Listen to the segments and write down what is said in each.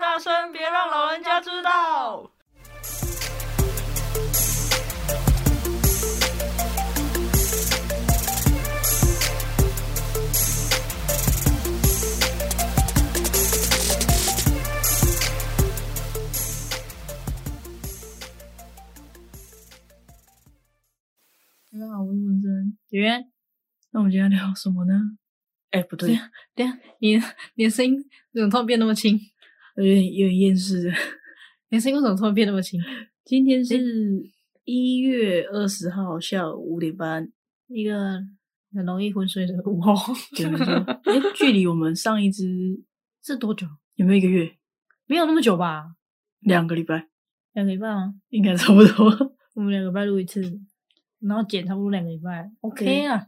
大声，别让老人家知道。大家好，我是文珍。圆，呃那我们今天聊什么呢？哎、不对，等一下你你的声音怎么突然变那么轻？有点有点厌世了。你的声音为什么突然变那么轻？今天是一月二十号下午五点半，一个很容易昏睡的午后，对没错。哎、距离我们上一支是多久？有没有一个月？没有那么久吧？两个礼拜，两个礼拜吗？应该差不多。 我们两个礼拜录一次，然后剪差不多两个礼拜，OK 对啊，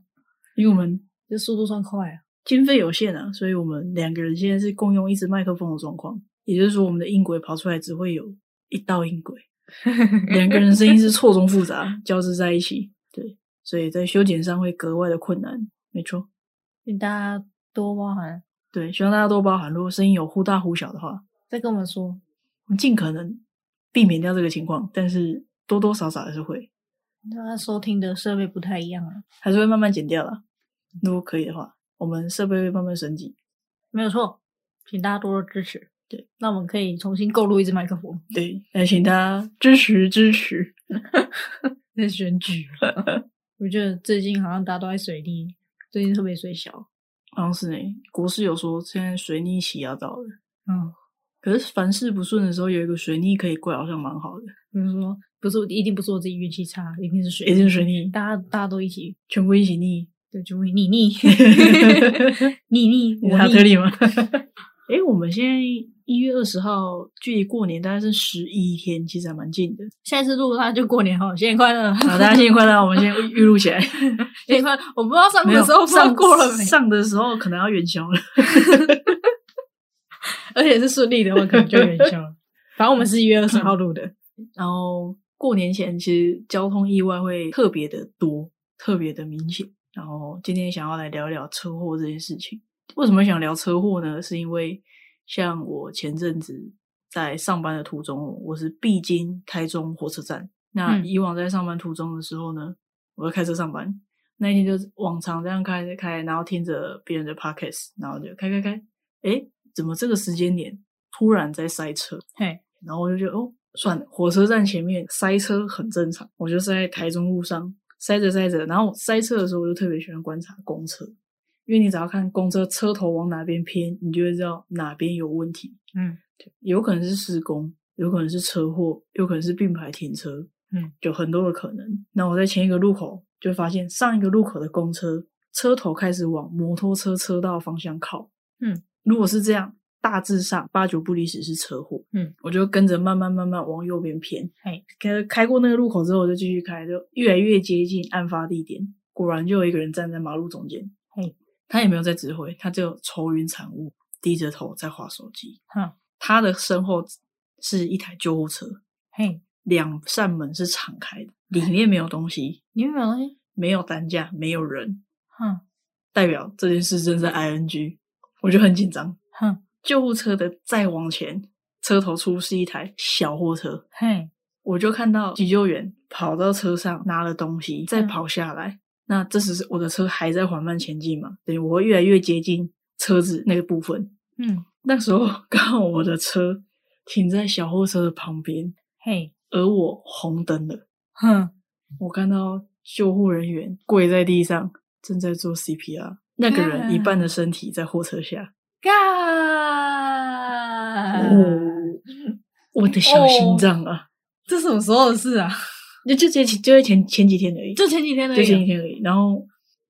因为我们这速度算快啊。经费有限啊，所以我们两个人现在是共用一支麦克风的状况，也就是说，我们的音轨跑出来只会有一道音轨，两个人声音是错综复杂，交织在一起。对，所以在修剪上会格外的困难。没错，请大家多包涵，对，希望大家多包涵。如果声音有忽大忽小的话，再跟我们说。我们尽可能避免掉这个情况，但是多多少少还是会，大家收听的设备不太一样啊，还是会慢慢减掉啦。如果可以的话，我们设备会慢慢升级。没有错，请大家多多支持。对，那我们可以重新购入一支麦克风。对，来请大家支持支持。在选举，我觉得最近好像大家都在水逆，最近特别水小。好像是诶，国师有说现在水逆期要到了，嗯，可是凡事不顺的时候有一个水逆可以怪，好像蛮好的。比如说，不是一定不是我自己运气差，一定是水，一定是水逆大家大家都一起，全部一起逆，对，就会你逆你逆你我是哈特逆，利吗？ 诶，我们现在一月二十号，距离过年大概是十一天，其实还蛮近的。下一次录那就过年哈，新年快乐，好，大家新年快乐！我们先预预录起来。新年快乐！我不知道上没的有时候不知道上过了没，上的时候可能要元宵了。而且是顺利的话，可能就元宵了。反正我们是一月二十号录的，然后过年前其实交通意外会特别的多，特别的明显。然后今天想要来聊一聊车祸这件事情。为什么想聊车祸呢？是因为像我前阵子在上班的途中，我是必经台中火车站。那嗯以往在上班途中的时候呢，我会开车上班。那一天就是往常这样开开开，然后听着别人的 podcast，然后就开开开，诶，怎么这个时间点突然在塞车？嘿，然后我就觉得哦，算了，火车站前面塞车很正常，我就是在台中路上塞着塞着，然后塞车的时候我就特别喜欢观察公车，因为你只要看公车车头往哪边偏，你就会知道哪边有问题，嗯，有可能是施工，有可能是车祸，有可能是并排停车，嗯，有很多的可能。那我在前一个路口就发现上一个路口的公车车头开始往摩托车车道方向靠，嗯，如果是这样，大致上八九不离十是车祸，嗯，我就跟着慢慢慢慢往右边偏，嘿，开开过那个路口之后，我就继续开，就越来越接近案发地点，果然就有一个人站在马路中间，嘿，他也没有在指挥，他就愁云惨雾，低着头在划手机，哈，他的身后是一台救护车，嘿，两扇门是敞开的，里面没有东西，你们有东西？没有担架，没有人，哼代表这件事正在 ing，我就很紧张。哼，救护车的再往前，车头处是一台小货车，嘿，我就看到急救员跑到车上拿了东西，再嗯跑下来。那这时是我的车还在缓慢前进嘛，等于我会越来越接近车子那个部分。嗯，那时候刚好我的车停在小货车的旁边，嘿，而我红灯了。哼。我看到救护人员跪在地上，正在做 CPR。那个人一半的身体在货车下，干！哦，我的小心脏啊！这什么时候的事啊？就就前就在前前几天而已，就前几天的，就前几天而已。然后，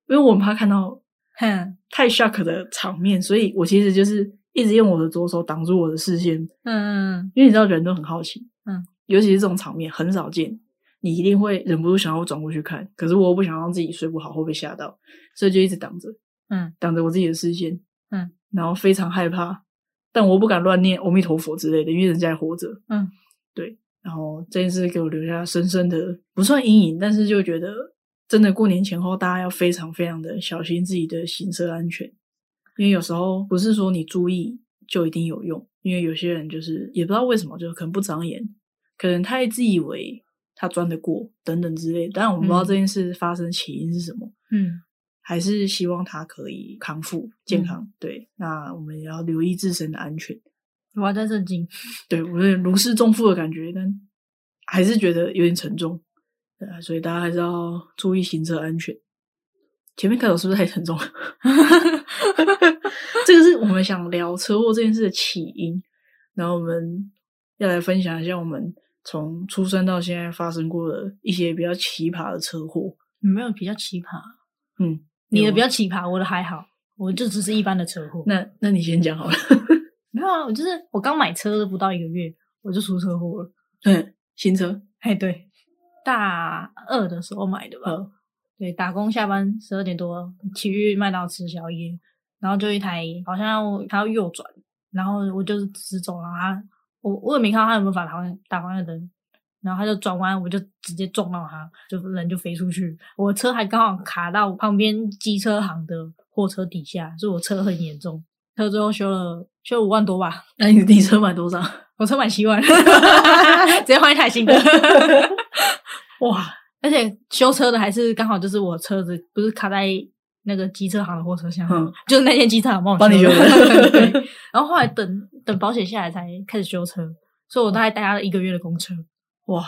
因为我很怕看到哼太 shock 的场面，所以我其实就是一直用我的左手挡住我的视线，嗯因为你知道人都很好奇，嗯，尤其是这种场面很少见，你一定会忍不住想要转过去看，可是我又不想让自己睡不好会被吓到，所以就一直挡着。嗯挡着我自己的视线，嗯，然后非常害怕，但我不敢乱念阿弥陀佛之类的，因为人家还活着。嗯，对。然后这件事给我留下深深的不算阴影，但是就觉得真的过年前后大家要非常非常的小心自己的行车安全，因为有时候不是说你注意就一定有用，因为有些人就是也不知道为什么，就是可能不长眼，可能太自以为他钻得过等等之类的。但我们不知道嗯这件事发生起因是什么，嗯还是希望他可以康复健康。对，那我们也要留意自身的安全。我还在震惊。对我有点如释重负的感觉，但还是觉得有点沉重。对啊，所以大家还是要注意行车安全。前面开头是不是太沉重了？ 这个是我们想聊车祸这件事的起因，然后我们要来分享一下我们从出生到现在发生过的一些比较奇葩的车祸。你没有比较奇葩，嗯，你的有比吗较奇葩，我的还好，我就只是一般的车祸。那那你先讲好了。没有啊，我就是我刚买车的不到一个月，我就出车祸了。 嗯，新车，哎，对，大二的时候买的吧。嗯对，打工下班十二点多去麦当劳吃宵夜，然后就一台好像要他要右转，然后我就是直走，然后他我我也没看到他有没有打方向打方向灯，然后他就转弯，我就直接撞到他，就人就飞出去，我车还刚好卡到旁边机车行的货车底下，所以我车很严重，车最后修了修了五万多吧，那你你车买多 少？我车满七万， 直接换一台新的。哇！而且修车的还是刚好就是我车子不是卡在那个机车行的货车厢，嗯就是那天机车行帮我 帮你修 的 对，然后后来等等保险下来才开始修车，所以我大概搭了一个月的公车。哇，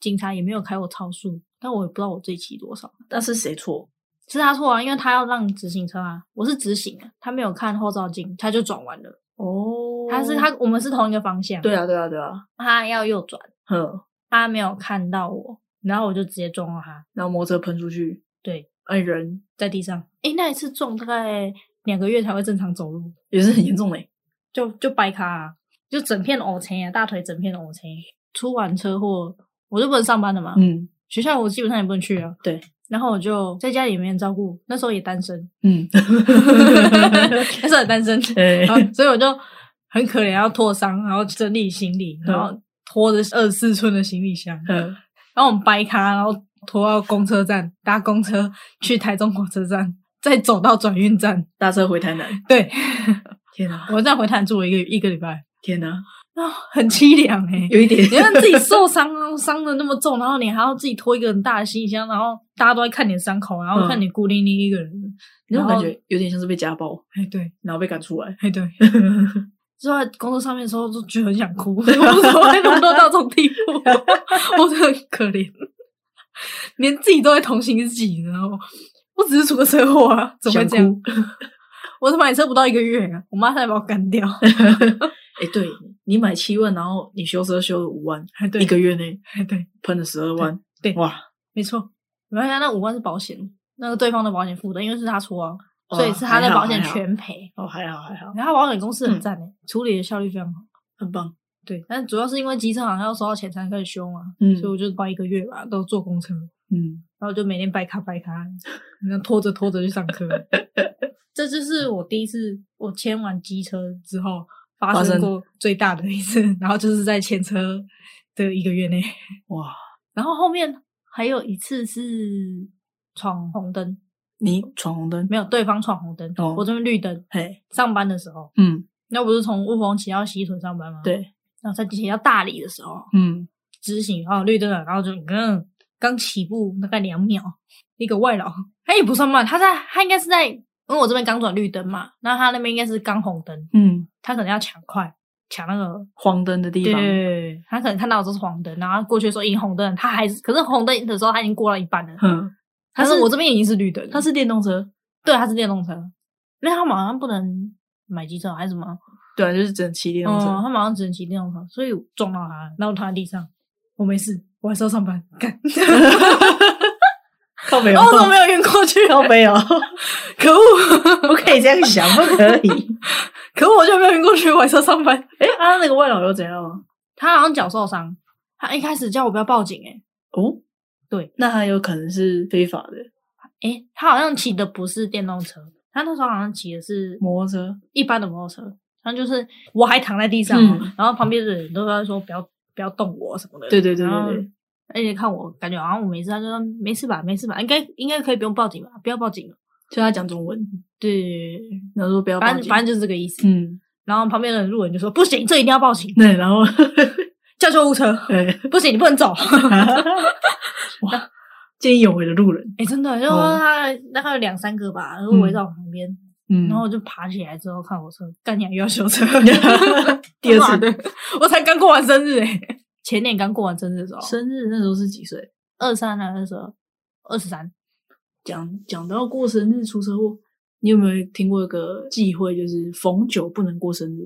警察也没有开我超速，但我也不知道我这一期多少，那是谁错？是他错啊，因为他要让直行车啊，我是直行啊，他没有看后照镜，他就转弯了。哦他是他，我们是同一个方向，对啊，对啊，对啊，他要右转。嗯，他没有看到我，然后我就直接撞到他，然后摩托车喷出去，对，哎，人在地上。诶，那一次撞大概两个月才会正常走路，也是很严重嘞。就就掰咖、啊，就整片凹青啊，大腿整片凹青。出完车祸，我就不能上班了嘛， 嗯学校我基本上也不能去啊。对，然后我就在家里面照顾，那时候也单身，嗯， 那时候也单身，哎然后所以我就很可怜，要拖伤，然后整理行李，然后拖着二十四寸的行李箱，嗯然后我们掰咖，然后拖到公车站，搭公车去台中火车站，再走到转运站。搭车回台南，对天哪，我在回台住了一个一个礼拜，天哪，啊，很凄凉哎、有一点，你看自己受伤啊，伤的那么重，然后你还要自己拖一个很大的行李箱，然后大家都在看你的伤口，然后看你孤零零一个人，那然种感后觉嗯有点像是被家暴，哎对然后被赶出 来。哎对，就在工作上面的时候就觉得很想 哭， 我不知道为什么落到这种地步，我真的很可怜，连自己都在同情自己，然后我只是出个车祸啊，怎么会这想样哭？我是买车不到一个月啊，我妈才把我干掉。 哎，对你买七万，然后你修车修了五万，哎，对，一个月内哎，对，喷了十二万，对哇，没错。没关系啊，那五万是保险，那个对方的保险付的，因为是他出啊，哦所以是他的还好保险还好嗯全赔。哦，还好还好，然后保险公司很赞诶、处理的效率非常好。很棒。对，但主要是因为机车好像要收到钱才可以修嘛，嗯所以我就包一个月吧，都坐公车。嗯，然后就每天掰咖掰咖，那拖着拖着去上 课。这就是我第一次我签完机车之后发发生生过最大的一次，然后就是在签车的一个月内，哇，然后后面还有一次是闯红灯，你闯红灯，没有对方闯红灯，哦我这边绿灯。嘿，上班的时候，嗯，那不是从雾峰骑到西屯上班吗？，对，然后在骑到大理的时候，嗯，直行啊，绿灯了，然后就嗯，刚起步大概两秒，一个外劳，他也不算慢，他在他应该是在，因为我这边刚转绿灯嘛，那他那边应该是刚红灯，嗯，他可能要抢快，抢那个，黄灯的地对方，他可能看到我这是黄灯，然后过去的时候已经红灯了，他还是，可是红灯的时候他已经过了一半了，嗯，他他是是我这边已经是绿灯，它是电动车，对，他是电动车，因为他们好像不能买机车还是什么，对啊，就是整骑电动车，嗯，他马上只能骑电动车，所以我撞到他，然后我躺在地上，我没事，我还是要上班， 干。靠北哦，我怎么哦，没有晕过去？啊靠北哦，可恶，不可以这样想，不可以。可恶，我就没有晕过去，我还是要上班。 哎、啊，那个外老又怎样啊？他好像脚受伤，他一开始叫我不要报警、欸，哦，对，那他有可能是非法的诶、诶、他好像骑的不是电动车，他那时候好像骑的是摩托车。一般的摩托车，然后就是我还躺在地上哦、嗯然后旁边的人都在说不要不要动我什么的，对对对然后对对，而且看我感觉好像我没事，他就说没事吧，没事吧，应该应该可以不用报警吧，不要报警了。就他讲中文，对，然后说不要报反正警。反正就是这个意思。嗯，然后旁边的路人就说：“不行，这一定要报警， 对，然后，叫救护车，对，不行，你不能走。 哇，见义勇为的路人，哎、真的，就哦说他大概有两三个吧，然后嗯围到我旁边，嗯，，然后我就爬起来之后看我车，干娘又要修车第二次妈的，我才刚过完生日哎、前年刚过完生日的时候，生日那时候是几岁？啊二三啊还是二十二？二十三，讲讲到过生日出车祸，你有没有听过一个忌讳，就是逢九不能过生日？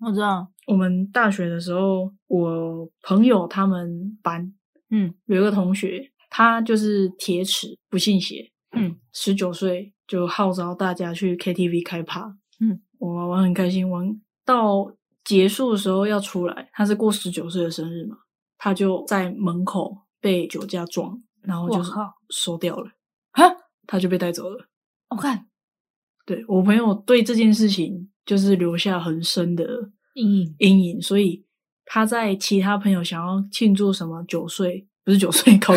我知道，我们大学的时候，我朋友他们班嗯有一个同学，他就是铁齿不信邪，嗯，十九岁就号召大家去 KTV 开趴，嗯，我玩玩很开心，玩到结束的时候要出来，他是过十九岁的生日嘛，他就在门口被酒驾撞，然后就我是靠收掉了，啊，他就被带走了。我看对我朋友对这件事情就是留下很深的阴影，阴影，所以他在其他朋友想要庆祝什么九岁，不是九岁高，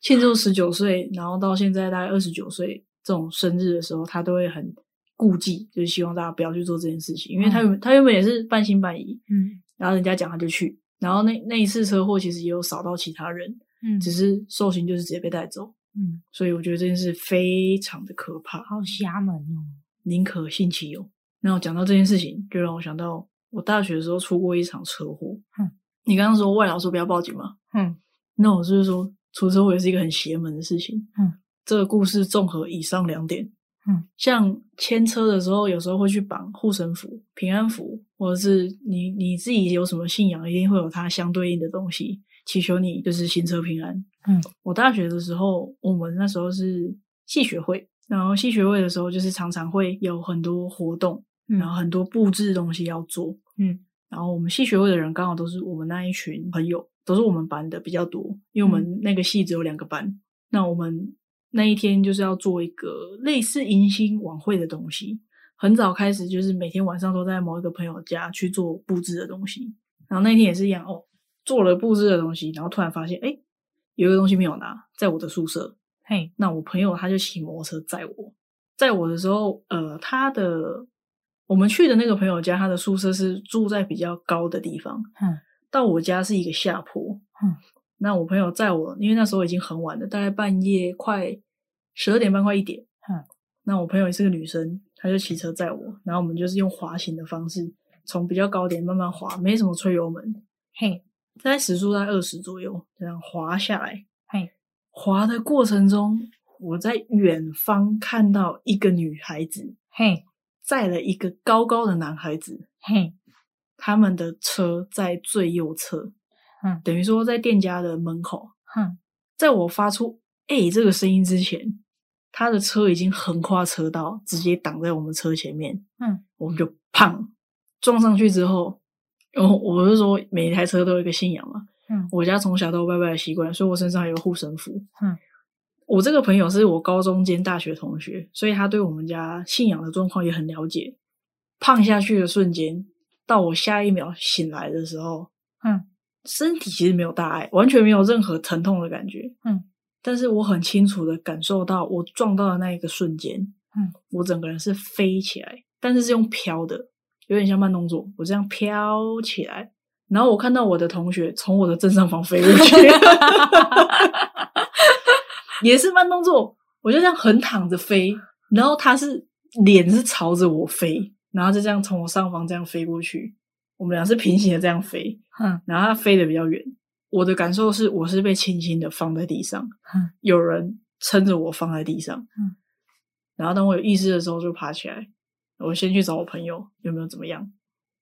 庆祝十九岁，然后到现在大概二十九岁这种生日的时候，他都会很顾忌，就是希望大家不要去做这件事情，因为他原、他原本也是半信半疑，嗯然后人家讲他就去，然后那那一次车祸其实也有扫到其他人，嗯，只是受刑就是直接被带走，嗯，所以我觉得这件事非常的可怕。好邪门哦，宁可信其有。那我讲到这件事情，就让我想到我大学的时候出过一场车祸。嗯你刚刚说外老说不要报警嘛？嗯，那我就是说出车祸也是一个很邪门的事情。嗯，这个故事综合以上两点。嗯，像牵车的时候，有时候会去绑护身符、平安符，或者是你你自己有什么信仰，一定会有它相对应的东西，祈求你就是行车平安。嗯，我大学的时候，我们那时候是系学会，然后系学会的时候，就是常常会有很多活动，嗯然后很多布置东西要做。嗯，然后我们系学会的人刚好都是我们那一群朋友，都是我们班的比较多，因为嗯我们那个系只有两个班。那我们那一天就是要做一个类似迎新晚会的东西，很早开始，就是每天晚上都在某一个朋友家去做布置的东西。然后那天也是一样哦，做了布置的东西，然后突然发现，哎，有一个东西没有拿，在我的宿舍。嘿，那我朋友他就骑摩托车载我，载我的时候，呃，他的我们去的那个朋友家，他的宿舍是住在比较高的地方，嗯，到我家是一个下坡，嗯，那我朋友载我，因为那时候已经很晚了，大概半夜快十二点半快一点，嗯，那我朋友也是个女生，她就骑车载我，然后我们就是用滑行的方式，从比较高点慢慢滑，没什么吹油门，嘿，大概时速在二十左右，这样滑下来。嘿，滑的过程中，我在远方看到一个女孩子嘿，载了一个高高的男孩子，嘿，他们的车在最右侧，嗯等于说在店家的门口。哼，在我发出“哎、这个声音之前，他的车已经横跨车道，直接挡在我们车前面。嗯，我们就砰撞上去之后，然后我就说每一台车都有一个信仰嘛。嗯我家从小都有拜拜的习惯，所以我身上有护身符。嗯，我这个朋友是我高中兼大学同学，所以他对我们家信仰的状况也很了解。胖下去的瞬间，到我下一秒醒来的时候，嗯，身体其实没有大碍，完全没有任何疼痛的感觉。嗯，但是我很清楚的感受到，我撞到的那一个瞬间，嗯，我整个人是飞起来，但是是用飘的，有点像慢动作，我这样飘起来。然后我看到我的同学从我的正上方飞过去， 也是慢动作，我就这样横躺着飞，然后他是脸是朝着我飞，然后就这样从我上方这样飞过去，我们俩是平行的这样飞，哼，然后它飞得比较远。我的感受是，我是被轻轻的放在地上，嗯有人撑着我放在地上。嗯然后当我有意识的时候，就爬起来，我先去找我朋友有没有怎么样。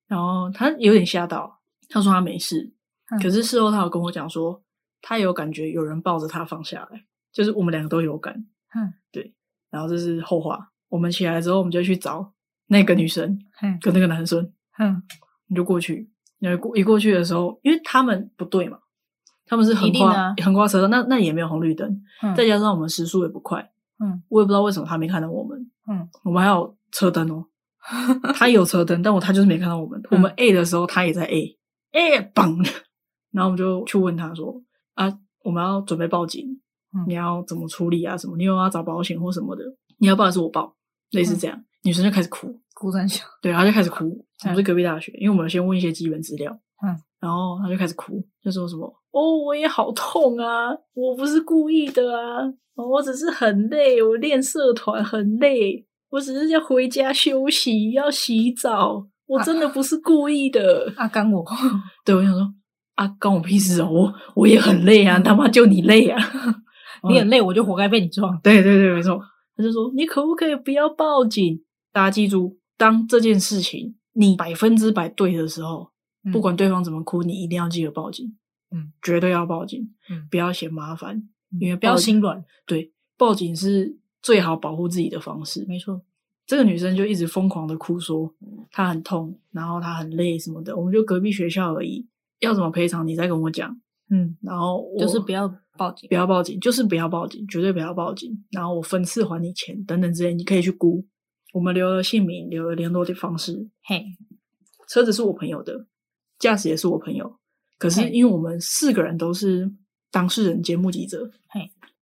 然后他有点吓到，他说他没事，嗯可是事后他有跟我讲说，他有感觉有人抱着他放下来，就是我们两个都有感。嗯，对。然后这是后话。我们起来之后，我们就去找那个女生嘿，跟那个男生，哼，你就过去。你就过一过去的时候，因为他们不对嘛，他们是横一定的跨啊横跨车道，那那也没有红绿灯，哼再加上我们时速也不快，嗯，我也不知道为什么他没看到我们，嗯，我们还有车灯 哦，他有车灯，但我他就是没看到我嗯们。我们 A 的时候，他也在 A A 绑，然后我们就去问他说啊，我们要准备报警，嗯嗯你要怎么处理啊？什么？你有要找保险或什么的？你要报还是我报？类似这样，女生就开始哭，孤山小，对，她就开始哭。我们是隔壁大学，因为我们先问一些基本资料，嗯，然后她就开始哭，就说什么：“哦，我也好痛啊，我不是故意的啊，哦我只是很累，我练社团很累，我只是要回家休息，要洗澡，我真的不是故意的。啊，干我，哦对，我想说啊，关我屁事哦，我我也很累啊，他妈就你累啊，你很累，我就活该被你撞。对对对，没错。他就说：“你可不可以不要报警？”大家记住，当这件事情你百分之百对的时候，嗯不管对方怎么哭，你一定要记得报警。嗯，绝对要报警。嗯不要嫌麻烦，因为不要报心软，对，报警是最好保护自己的方式。没错，这个女生就一直疯狂的哭说她很痛，然后她很累什么的。我们就隔壁学校而已，要怎么赔偿你再跟我讲。嗯，然后我就是不要报警不，要报警，就是不要报警，绝对不要报警。然后我分次还你钱等等之类，你可以去估。我们留了姓名，留了联络的方式，嘿，车子是我朋友的，驾驶也是我朋友。可是嘿因为我们四个人都是当事人兼目击者，嘿，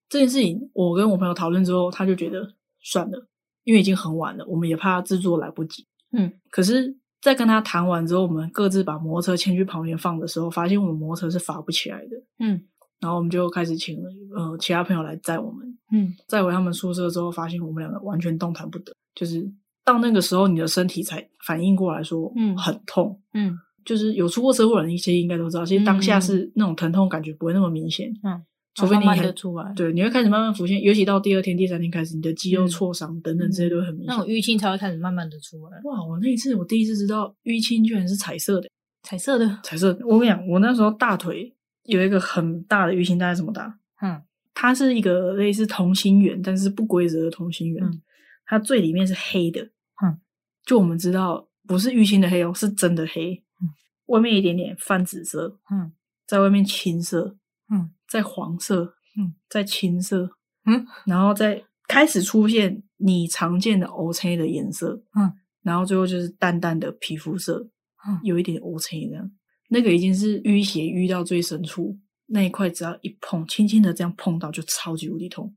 这件事情我跟我朋友讨论之后，他就觉得算了，因为已经很晚了，我们也怕制作来不及。嗯，可是，在跟他谈完之后，我们各自把摩托车牵去旁边放的时候，发现我们摩托车是罚不起来的。嗯然后我们就开始请呃其他朋友来载我们，嗯，载回他们宿舍之后，发现我们两个完全动弹不得，就是到那个时候，你的身体才反应过来说，嗯很痛。嗯，就是有出过车祸的人，一些应该都知道，其实当下嗯是那种疼痛感觉不会那么明显，嗯，除非你慢慢的很出来，对，你会开始慢慢浮现，尤其到第二天、第三天开始，你的肌肉嗯挫伤等等这些都会很明那显。种淤青才会开始慢慢的出来，哇！我那一次，我第一次知道淤青居然是彩色的，彩色的，彩色的。我跟你讲，我那时候大腿有一个很大的淤青，大概这么大，嗯它是一个类似同心圆，但是不规则的同心圆。嗯它最里面是黑的。嗯，就我们知道不是淤青的黑哦，是真的黑。嗯，外面一点点泛紫色，嗯在外面青色，嗯，在黄色，嗯，在青色，嗯，然后再开始出现你常见的 O C 的颜色。嗯，然后最后就是淡淡的皮肤色，嗯有一点 O C 这样。那个已经是淤血淤到最深处，那一块只要一碰，轻轻的这样碰到就超级无敌痛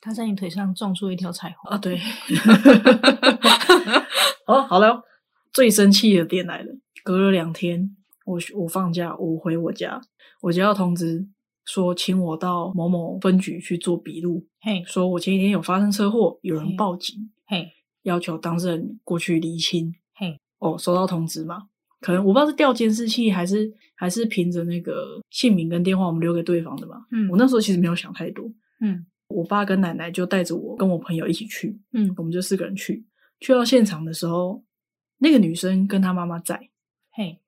他在你腿上撞出一条彩虹啊！对， 哦，好了哦，最生气的点来了。隔了两天，我我放假，我回我家，我接到通知说请我到某某分局去做笔录，嘿说我前几天有发生车祸，有人嘿报警，嘿要求当事人过去厘清。嘿，哦，收到通知嘛，可能我不知道是调监视器还是还是凭着那个姓名跟电话我们留给对方的嘛。嗯我那时候其实没有想太多，嗯我爸跟奶奶就带着我跟我朋友一起去，嗯我们就四个人去。去到现场的时候，那个女生跟她妈妈在，嘿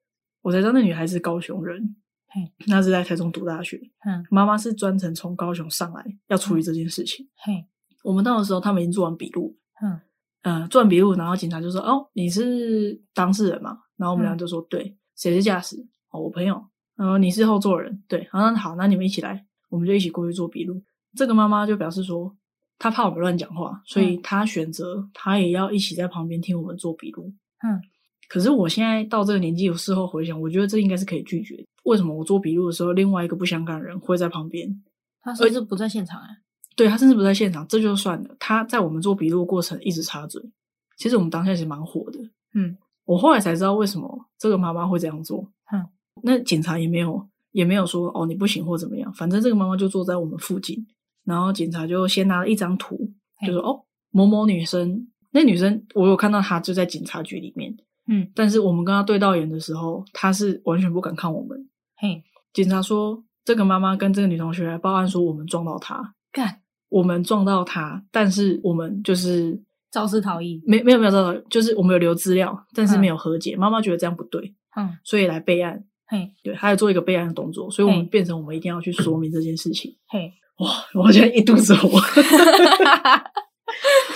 我才知道那女孩是高雄人嘿，那是在台中读大学，嗯妈妈是专程从高雄上来要处理这件事情。嘿我们到的时候，他们已经做完笔录，嗯呃，做完笔录，然后警察就说：“哦，你是当事人嘛？”然后我们俩嗯就说：“对，谁是驾驶？哦，我朋友。然后你是后座人，对。好，那好，那你们一起来，我们就一起过去做笔录。”这个妈妈就表示说，她怕我们乱讲话，所以嗯她选择她也要一起在旁边听我们做笔录。嗯，可是我现在到这个年纪，我事后回想，我觉得这应该是可以拒绝的。为什么我做笔录的时候，另外一个不香港人会在旁边？他是不是不在现场啊？对他甚至不在现场，这就算了。他在我们做笔录过程一直插嘴，其实我们当下其实蛮火的。嗯，我后来才知道为什么这个妈妈会这样做。嗯，那警察也没有也没有说哦你不行或怎么样，反正这个妈妈就坐在我们附近，然后警察就先拿了一张图，就说哦某某女生，那女生我有看到她就在警察局里面，嗯但是我们跟她对到眼的时候，她是完全不敢看我们。嘿警察说这个妈妈跟这个女同学来报案说我们撞到她。干我们撞到他，但是我们就是肇事逃逸，没没有没有撞到，就是我们有留资料，但是嗯没有和解。妈妈觉得这样不对，嗯所以来备案。嘿对，她有做一个备案的动作，所以我们嘿变成我们一定要去说明这件事情。 嘿，哇，我现在一肚子火，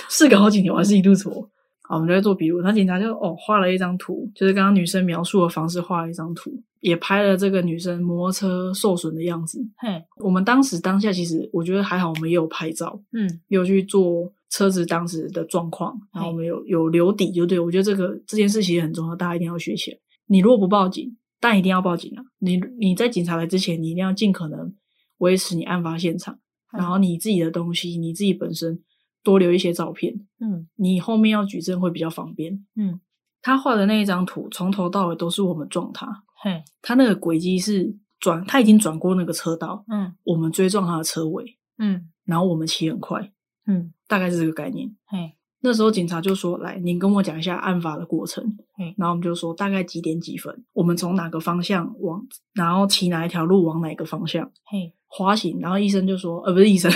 事隔好几年，我还是一肚子火。好，我们就在做笔录，那警察就哦画了一张图，就是刚刚女生描述的方式画了一张图，也拍了这个女生摩托车受损的样子。嘿我们当时当下其实我觉得还好，我们也有拍照，嗯有去做车子当时的状况，然后我们有有留底，就对我觉得这个这件事其实很重要，大家一定要学起来。你如果不报警，但一定要报警啊！你你在警察来之前，你一定要尽可能维持你案发现场，嗯然后你自己的东西，你自己本身多留一些照片，嗯你后面要举证会比较方便。嗯，他画的那一张图，从头到尾都是我们撞他，嘿，他那个轨迹是转，他已经转过那个车道，嗯我们追撞他的车尾，嗯然后我们骑很快，嗯，大概是这个概念。嘿，那时候警察就说：“来，您跟我讲一下案发的过程。”嗯然后我们就说大概几点几分，我们从哪个方向往，然后骑哪一条路往哪个方向嘿，滑行。然后医生就说：“呃，不是医生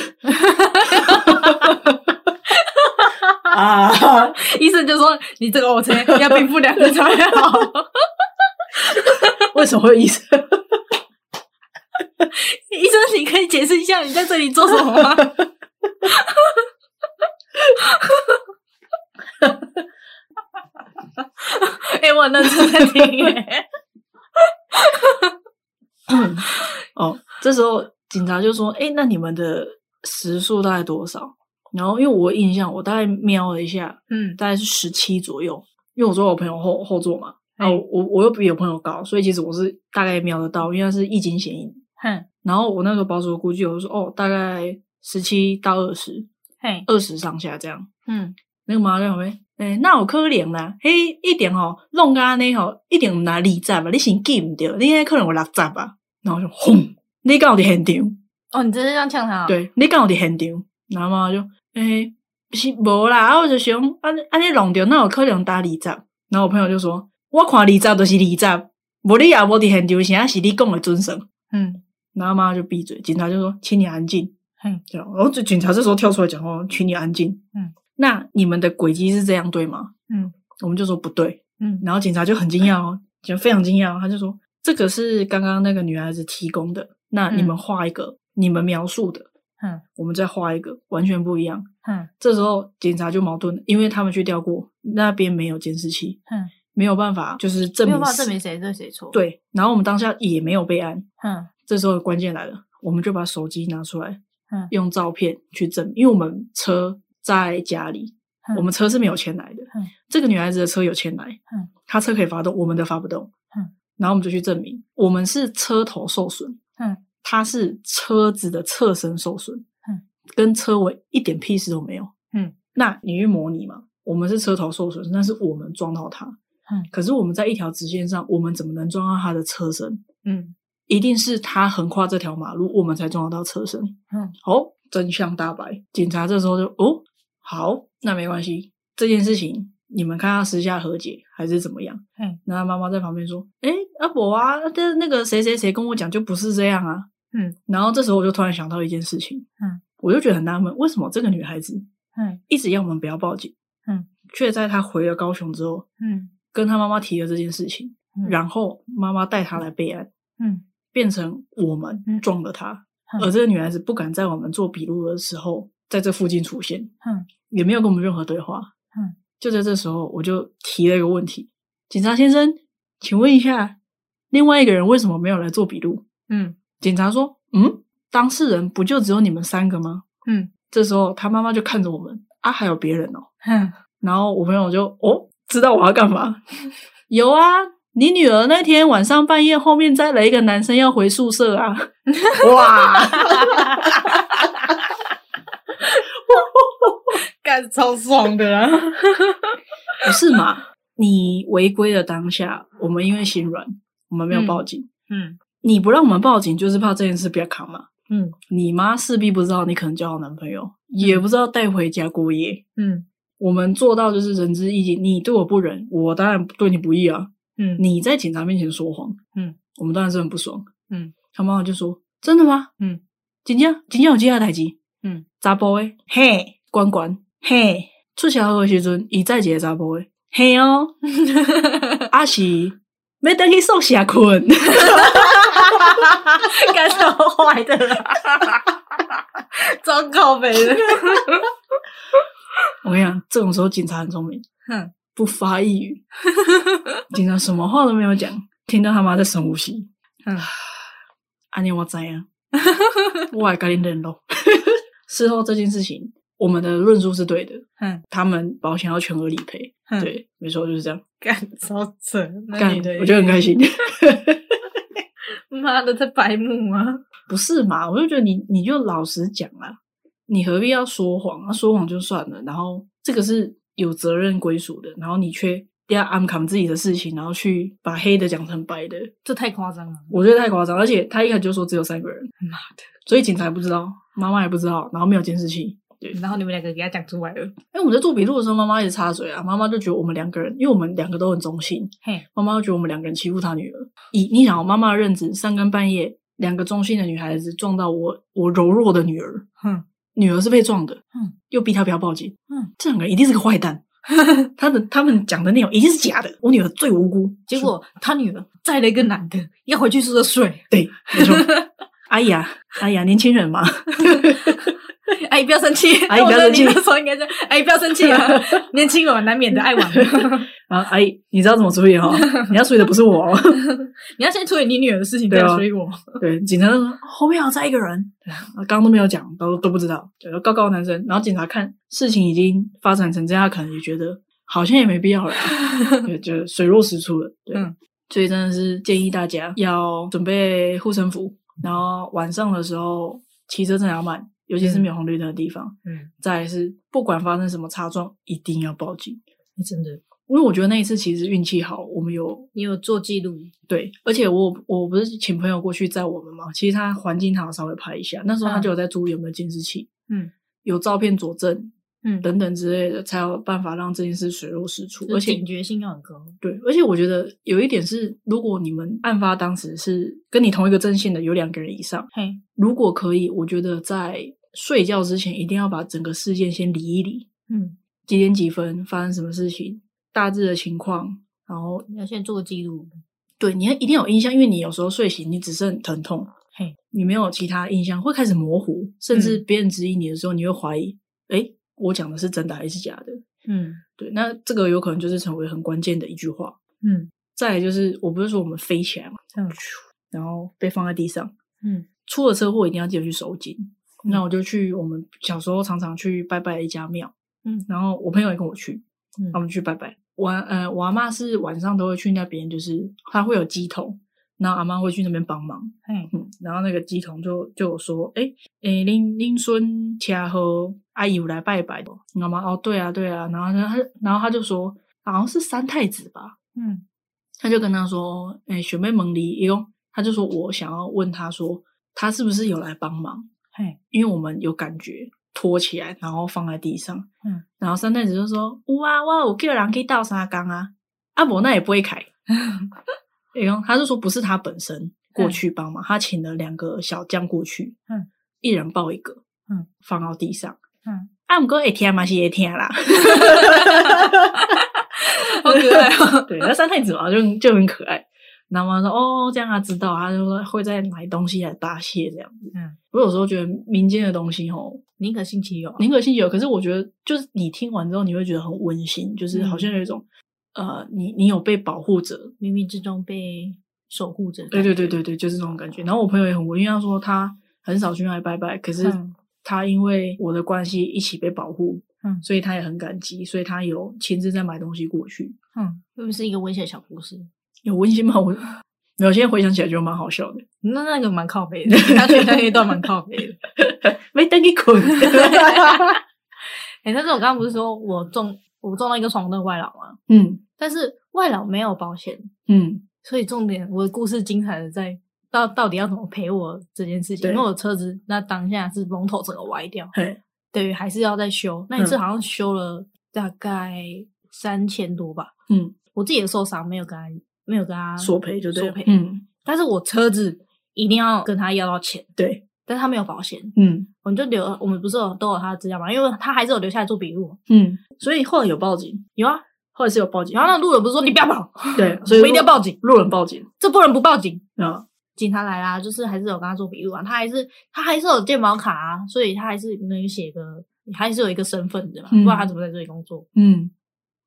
啊， 医生就说你这个 O C 要冰敷两个才会好，为什么会有医生？ 医生你可以解释一下你在这里做什么吗？ 哎、我很认真在听、欸，哦，这时候警察就说：“哎、那你们的时速大概多少？”然后因为我印象，我大概瞄了一下， 嗯大概是十七左右，因为我坐我朋友后后座嘛，然后嗯我我又比我朋友高，所以其实我是大概瞄得到，因为他是一惊显影。哼，然后我那时候保守估计我就说哦，大概十七到二十，嘿，二十上下这样。嗯，那个妈在旁边，哎、那有可怜啦，嘿，一点吼，弄到安尼吼，一定毋拿二十吧，你先记毋着，你那可能有六十吧。然后我就轰，你敢有伫现场？哦，你真的这样呛他、哦？，对，你敢有伫现场？然后妈妈就，诶、是无啦，啊，我就想，安安尼弄着，那有可能打二十。然后我朋友就说，我看二十就是二十，无你也无伫现场，啥是你讲的准绳。嗯，然后妈妈就闭嘴，警察就说：“请你安静。”嗯，这样。然后这警察这时候跳出来讲话：“请你安静。”嗯，那你们的轨迹是这样对吗？嗯，我们就说不对。嗯，然后警察就很惊讶哦，就非常惊讶、哦，他就说：“这个是刚刚那个女孩子提供的，那你们嗯画一个，你们描述的，嗯，我们再画一个，完全不一样。”哼，这时候警察就矛盾了，因为他们去调过，那边没有监视器，嗯，没有办法就是证没明有办法是证明谁对谁错。，对。然后我们当下也没有备案，嗯这时候关键来了，我们就把手机拿出来，嗯用照片去证明，因为我们车在家里，嗯我们车是没有牵来的。嗯这个女孩子的车有牵来，嗯她车可以发动，我们的发不动。嗯然后我们就去证明，我们是车头受损，嗯，她是车子的侧身受损，嗯，跟车尾一点屁事都没有。嗯，那你去模拟嘛，我们是车头受损，但是我们撞到她。嗯，可是我们在一条直线上，我们怎么能撞到她的车身？嗯一定是他横跨这条马路，我们才撞得到车身。嗯，哦，真相大白。警察这时候就哦，好，那没关系，这件事情你们看要私下和解还是怎么样？嗯，那妈妈在旁边说：“哎、阿伯啊，这那个谁谁谁跟我讲就不是这样啊。”嗯，然后这时候我就突然想到一件事情，嗯，我就觉得很纳闷，为什么这个女孩子嗯一直要我们不要报警？嗯，却在她回了高雄之后，嗯跟她妈妈提了这件事情，嗯然后妈妈带她来备案。嗯变成我们嗯撞了她，嗯而这个女孩子不敢在我们做笔录的时候在这附近出现，嗯也没有跟我们任何对话。嗯，就在这时候，我就提了一个问题：警察先生，请问一下，另外一个人为什么没有来做笔录？嗯警察说：“嗯，当事人不就只有你们三个吗嗯？”这时候，他妈妈就看着我们啊，还有别人哦。哼，然后我朋友就哦，知道我要干嘛？ 有啊，你女儿那天晚上半夜后面载了一个男生要回宿舍啊！哇，干超爽的啊啦。不是嘛？你违规的当下，我们因为心软，我们没有报警。嗯你不让我们报警，就是怕这件事不要扛嘛。嗯你妈势必不知道你可能交到男朋友，也不知道带回家过夜。嗯我们做到就是仁至义尽，你对我不仁，我当然对你不义啊。嗯你在警察面前说谎，嗯，我们当然是很不爽，嗯。他妈妈就说：“真的吗？嗯，真正真正有这个代志，嗯，查甫诶，嘿，管管，嘿，出社会的时阵，伊载一个查甫诶，嘿哦， 啊是要等去宿舍困， 干超坏的啦， 装靠北的。我跟你讲，这种时候警察很聪明，哼，不发一 语，警察什么话都没有讲，听到他妈在深呼吸，嗯安尼我知 啊， 我会跟你联络。 事后这件事情，我们的论述是对的，哼他们保险要全额理赔，哼，，对，没错，就是这样。干超扯，嗯那干女的，我觉得很开 心。妈的在白目啊。不是嘛？我就觉得你你就老实讲啊，你何必要说谎？那、说谎就算了，然后这个是有责任归属的，然后你却要暗扛自己的事情，然后去把黑的讲成白的，这太夸张了。我觉得太夸张。而且他一开始就说只有三个人，妈的！所以警察也不知道，妈妈也不知道，然后没有监视器。然后你们两个给他讲出来了，哎，我在做笔录的时候，妈妈也插嘴啊，妈妈就觉得我们两个人，因为我们两个都很忠心，嘿，妈妈就觉得我们两个人欺负她女儿。以你想哦，妈妈的认知，三更半夜两个忠心的女孩子撞到我我柔弱的女儿，哼，女儿是被撞的，嗯，又逼她不要报警，嗯，这两个人一定是个坏 蛋，他的他们讲的内容一定是假的，我女儿最无辜，结果他女儿载了一个男的，要回去宿舍睡。对，没 错。哎呀，哎呀，年轻人嘛， 阿姨不要生气， 阿姨不要生气我觉得你那时候应该是 阿姨不要生气啊， 年轻人难免的爱玩。啊，阿姨，你知道怎么处理 哦？你要处理的不是我哦、 你要先处理你女儿的事情，对再啊处理我。对，警察就说后面还有再一个人，啊刚刚都没有讲，都都不知道，对，高高的男生。然后警察看事情已经发展成这样，可能也觉得好像也没必要 了，对，就水落石出了。对，嗯所以真的是建议大家要准备护身符，然后晚上的时候骑车真的要慢，尤其是没有红绿灯的地方。嗯，再来是不管发生什么擦撞，一定要报警，真的，因为我觉得那一次其实运气好，我们有你有做记录，对，而且我我不是请朋友过去载我们嘛，其实他环境他有稍微拍一下，那时候他嗯就有在注意有没有监视器，嗯，有照片佐证嗯，等等之类的，才有办法让这件事水落石出。就而是且警觉性要很高。对，而且我觉得有一点是，如果你们案发当时是跟你同一个阵线的有两个人以上，嘿，如果可以，我觉得在睡觉之前一定要把整个事件先理一理，嗯，几点几分发生什么事情，大致的情况，然后你要先做记录。对，你要一定要有印象，因为你有时候睡醒，你只剩疼痛，嘿，你没有其他印象，会开始模糊，甚至嗯别人质疑你的时候，你会怀疑，诶，我讲的是真的还是假的？嗯对，那这个有可能就是成为很关键的一句话。嗯再来就是，我不是说我们飞起来嘛，嗯然后被放在地上，嗯出了车祸一定要记得去收金。那我就去我们小时候常常去拜拜的一家庙，嗯然后我朋友也跟我去，嗯他们去拜拜。我呃，我阿妈是晚上都会去那边，就是她会有鸡桶，然后阿妈会去那边帮忙。嘿，嗯，然后那个鸡童就就有说，哎、诶、恁恁孙车祸，阿姨有来拜拜的，你知道吗？哦，对啊，对啊，然后他就然后他就说，好像是三太子吧，嗯他就跟他说，哎、学妹蒙离，伊讲，他就说我想要问他说，他是不是有来帮忙？嘿，因为我们有感觉拖起来，然后放在地上，嗯，然后三太子就说，有啊，我有叫人去倒沙缸啊，阿伯那也不会 开，然后他就说不是他本身过去帮忙，他请了两个小将过去，嗯，一人抱一个，嗯，放到地上，嗯，啊，不过会听嘛是会听 啦，好可爱 哦。对，那三太子嘛就就很可爱。然后妈妈说哦，这样他知道，他就说会再买东西来答谢这样子。嗯，我有时候觉得民间的东西哦，宁可信其有啊。宁可信其有，可是我觉得就是你听完之后，你会觉得很温馨，就是好像有一种、呃，你你有被保护着，冥冥之中被守护着。对对对对对，就是这种感觉。然后我朋友也很温，因为他说他很少去那里拜拜，可是嗯他因为我的关系一起被保护，嗯所以他也很感激，所以他有亲自在买东西过去，嗯，会不会是一个危险的小故事？有温馨吗？我没有，现在回想起来觉得蛮好笑的。那那个蛮靠 北的，他去那一段蛮靠北的。没等你 滚，哎、但是我刚刚不是说我中我中到一个闯红灯外劳吗？嗯但是外劳没有保险，嗯，所以重点我的故事精彩的在到到底要怎么赔我这件事情，对因为我车子那当下是龙头整个歪掉，嘿，对，还是要再修。那一次嗯好像修了大概三千多吧，嗯，我自己也受伤，没有跟他没有跟他啊索赔就对索了赔，，嗯，但是我车子一定要跟他要到钱，对，但是他没有保险，嗯我们就留，我们不是有都有他的资料嘛，因为他还是有留下来做笔录，嗯，所以后来有报警，有啊。后来是有报警，然后那路人不是说你不要跑，对，所以我们一定要报警，路人报警这不能不报警。啊，警察来啦，就是还是有跟他做笔录啊，他还是他还是有健保卡啊，所以他还是能写个，还是有一个身份的嘛，嗯不然他怎么在这里工作？嗯，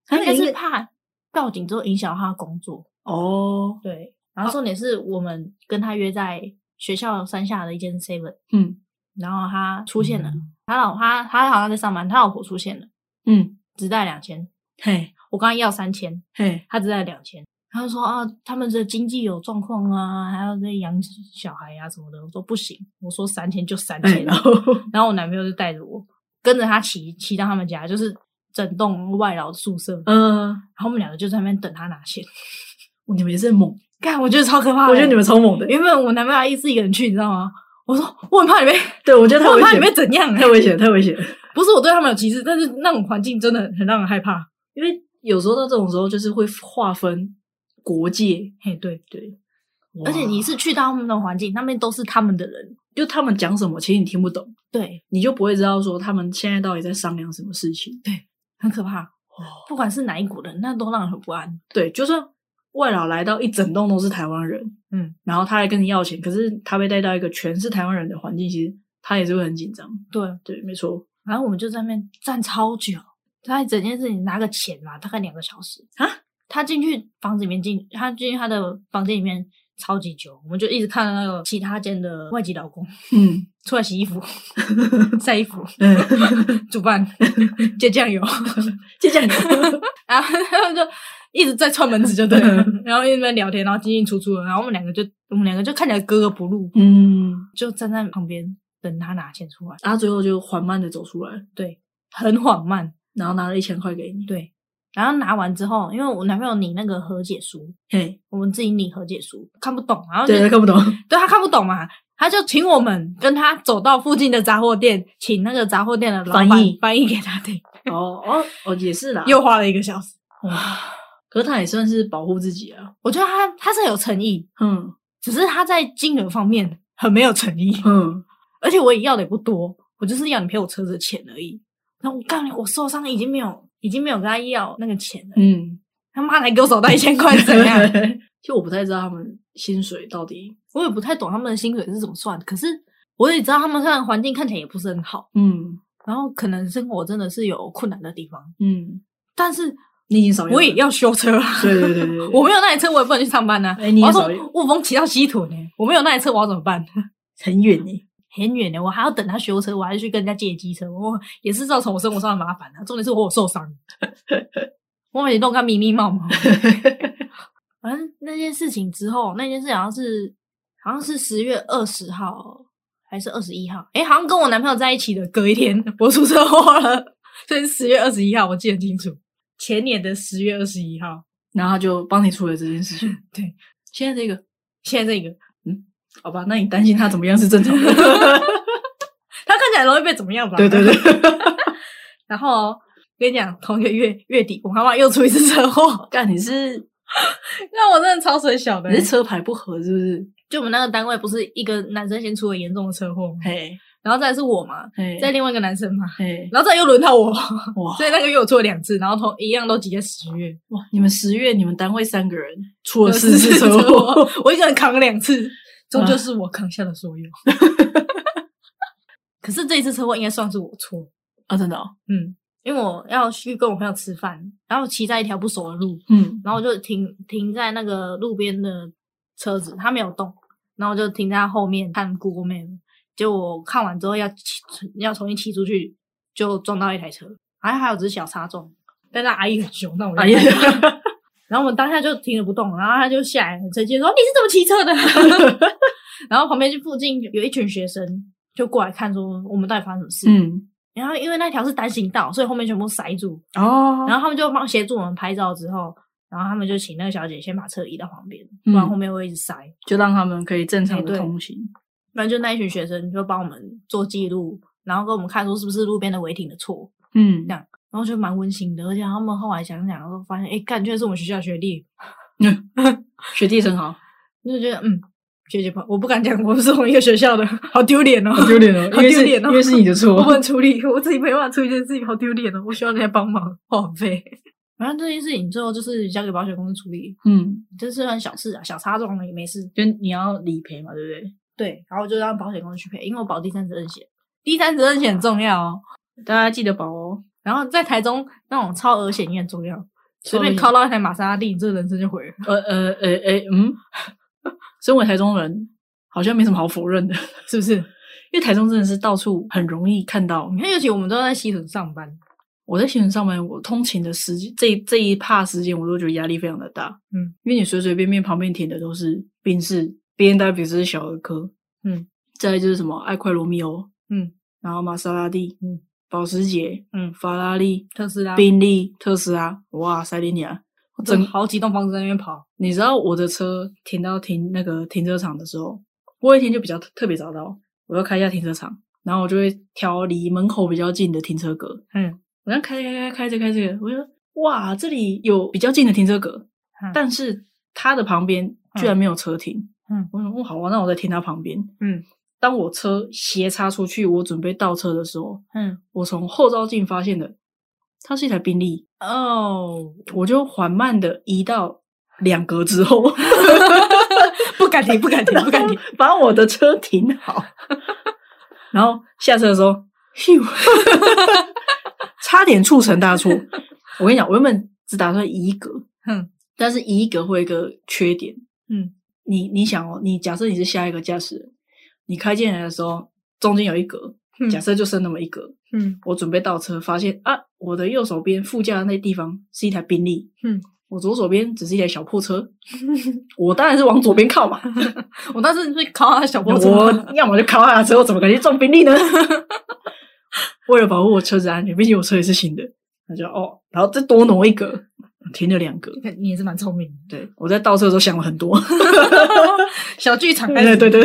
他应该是怕报警之后影响到他的工作。哦，对，然后重点是我们跟他约在学校山下的一间 seven，嗯然后他出现了，他老他他好像在上班，他老婆出现了，嗯，只带两千，嘿我刚刚要三千，嘿，他只带两千，他就说啊，他们的经济有状况啊，还要再养小孩啊什么的。我说不行，我说三千就三哎千。然 后然后我男朋友就带着我跟着他骑骑到他们家，就是整栋外劳宿舍，然嗯，后我们两个就在那边等他拿钱。哦你们也是很猛，干，我觉得超可怕的。我觉得你们超猛的。欸原本我男朋友还一自己一个人去，你知道吗？我说我很怕你被，对，我觉 得太我危很怕险你，被怎样、欸太危险，太危险。不是我对他们有歧视，但是那种环境真的很让人害怕。因为有时候到 这种时候，就是会划分国界，嘿，对对，而而且且你你是是去到他们的环境，那边都是他们的人。就他们讲什么，其实你听不懂，对，你就不会知道说他们现在到底在商量什么事情。很可怕。哦，不管是哪一股人，那都让人很不安。对，就算外劳来到一整栋都是台湾人，嗯，然后他来跟你要钱，可是他被带到一个全是台湾人的环境，其实他也是会很紧张。对，对，没错然后我们就在那边站超久，他整件事情拿个钱嘛，大概两个小时啊。他进去房子里面进，他进去他的房间里面超级久，我们就一直看到那个其他间的外籍老公 嗯，出来洗衣服、 晒衣服、嗯，煮饭、 接酱油， 就这样。然后他们就一直在串门子，就对了。然后一直在那边聊天，然后进进出出的，然后我们两个就我们两个就看起来格格不入， 嗯，就站在旁边等他拿钱出来，然后最后就缓慢的走出来，对，很缓慢，然后拿了一千块给你。，对。然后拿完之后，因为我男朋友拟那个和解书，嘿，我们自己拟和解书看不懂，然后就对，对看不懂。他看不懂嘛，他就请我们跟他走到附近的杂货店，请那个杂货店的老板翻译翻译给他 听，哦哦哦，也是啦。又花了一个小时。哇，可是他也算是保护自己啊。我觉得他他是有诚意，嗯只是他在金额方面很没有诚意， 嗯，而且我也要的也不多，我就是要你赔我车子的钱而已。然后我告诉你，我受伤已经没有已经没有跟他要那个钱了，嗯，他妈来给我找到一千块是怎 样？其实我不太知道他们薪水到底，我也不太懂他们的薪水是怎么算，可是我也知道他们虽然环境看起来也不是很好，嗯然后可能生活真的是有困难的地方，嗯，但是你已经少用了我也，要修车啊。对对对对对我没有那台车，我也不能去上班呐、啊。哎你也我要少一从雾峰骑到西屯呢、我没有那台车，我要怎么办？ 很远呢。 很远呢、我还要等他修车，我还要去跟人家借机车，我也是造成我生活上的麻烦啊。重点是我有受伤， 我每天弄个迷迷冒冒。反正那件事情之后，那件事好像是好像是十月二十号还是二十一号，诶、好像跟我男朋友在一起的隔一天，我出车祸了，所以十月二十一号我记得很清楚，前年的十月二十一号。 然后他就帮你处理这件事情。对，现在这个，现在这个，好吧，那你担心他怎么样是正常的。他看起来容易被怎么样吧？ 对对。对， 然后跟你讲，同一个月月底，我妈妈又出一次车祸，干你是 那我真的超水小的欸你。是车牌不合是不是？就我们那个单位不是一个男生先出了严重的车祸吗，嘿，然后再来是我嘛，嘿，再另外一个男生嘛，嘿，然后再又轮到我，哇所以那个月我出了两次，然后同一样都挤在十月，哇，你们十月你们单位三个人出了有四次车祸，，我一个人扛了两次，终究是我扛下了所有。 可是这一次车祸应该算是我错，啊，真的哦，嗯，因为我要去跟我朋友吃饭，然后骑在一条不熟的路，嗯然后我就停停在那个路边的车子，他没有动，然后我就停在他后面看 Google Map，结果我看完之后要骑要重新骑出去，就撞到一台车，还还有只是小擦撞，但那阿姨很凶，那我就啊也，害怕 然后我们当下就停了不动，然后他就下来很生气地说：“你是怎么骑车的？” 然后旁边就附近有一群学生就过来看说我们到底发生什么事，嗯然后因为那条是单行道，所以后面全部塞住。哦，然后他们就帮协助我们拍照之后，然后他们就请那个小姐先把车移到旁边，嗯不然后面会一直塞。就让他们可以正常哎的对通行。反正就那一群学生就帮我们做记录，然后跟我们看说是不是路边的违停的错，嗯这样然后就蛮温馨的。而且他们后来想想，然后发现哎，诶干，居然是我们学校学弟，学弟真好，就觉得嗯，学姐朋友，我不敢讲我们是同一个学校的，好丢脸哦，好丢脸哦，因好为丢是脸哦，因为是你的我 不错。能处理，我自己没办法处理这件事情，好丢脸哦！我需要人家帮忙，花很费。 反正这件事情最后就是交给保险公司处理，嗯，这是很小事啊，小擦撞了也没事。就你要理赔嘛，对不对？对，然后就让保险公司去赔，因为我保第三责任险，第三责任险很重要哦。大家记得保哦。然后在台中那种超额险也很重要，随便超靠到一台玛莎拉蒂，你这人生就毁了。呃呃呃呃，嗯，身为台中人，好像没什么好否认的， 是不是？因为台中真的是到处很容易看到你看，尤其我们都在西屯上班，我在新闻上班，我通勤的时间这这一趴时间，我都觉得压力非常的大。嗯，因为你随随便便旁边停的都是宾士、B N W 是小儿科，嗯，再来就是什么爱快罗密欧，嗯，然后玛莎拉蒂，嗯，保时捷，嗯啊法拉利、特斯拉，宾利、特斯拉，哇塞，你娘！我整整好几栋房子在那边跑，你知道我的车停到停那个停车场的时候，我有一天就比较特特别早到，我要开一下停车场，然后我就会挑离门口比较近的停车格。嗯，我要开开开开着开着，我就哇，这里有比较近的停车格，嗯但是它的旁边居然没有车停。嗯我想，哦，好啊，那我再停它旁边。嗯当我车斜插出去，我准备倒车的时候，嗯，我从后照镜发现的，它是一台宾利，哦，我就缓慢的移到两格之 后。不敢停，不敢停，不敢停， 把我的车停好，然后下车的时候， 咻，差点促成大错。我跟你讲，我原本只打算移一格，哼，但是移一格会有一个缺点，嗯，你你想哦，你假设你是下一个驾驶人，你开进来的时候中间有一格，嗯假设就剩那么一格， 嗯我准备倒车，发现啊，我的右手边副驾的那地方是一台宾利，嗯，我左手边只是一台小破车，我当然是往左边靠嘛。我当时会考他小脖子，我要么就考下车，我怎么可能去撞宾利呢？为了保护我车子安全，毕竟我车也是新的，那就哦，然后再多挪一格，停了两格。你也是蛮聪明的，对我在倒车的时候想了很多，小剧场开对对始，对，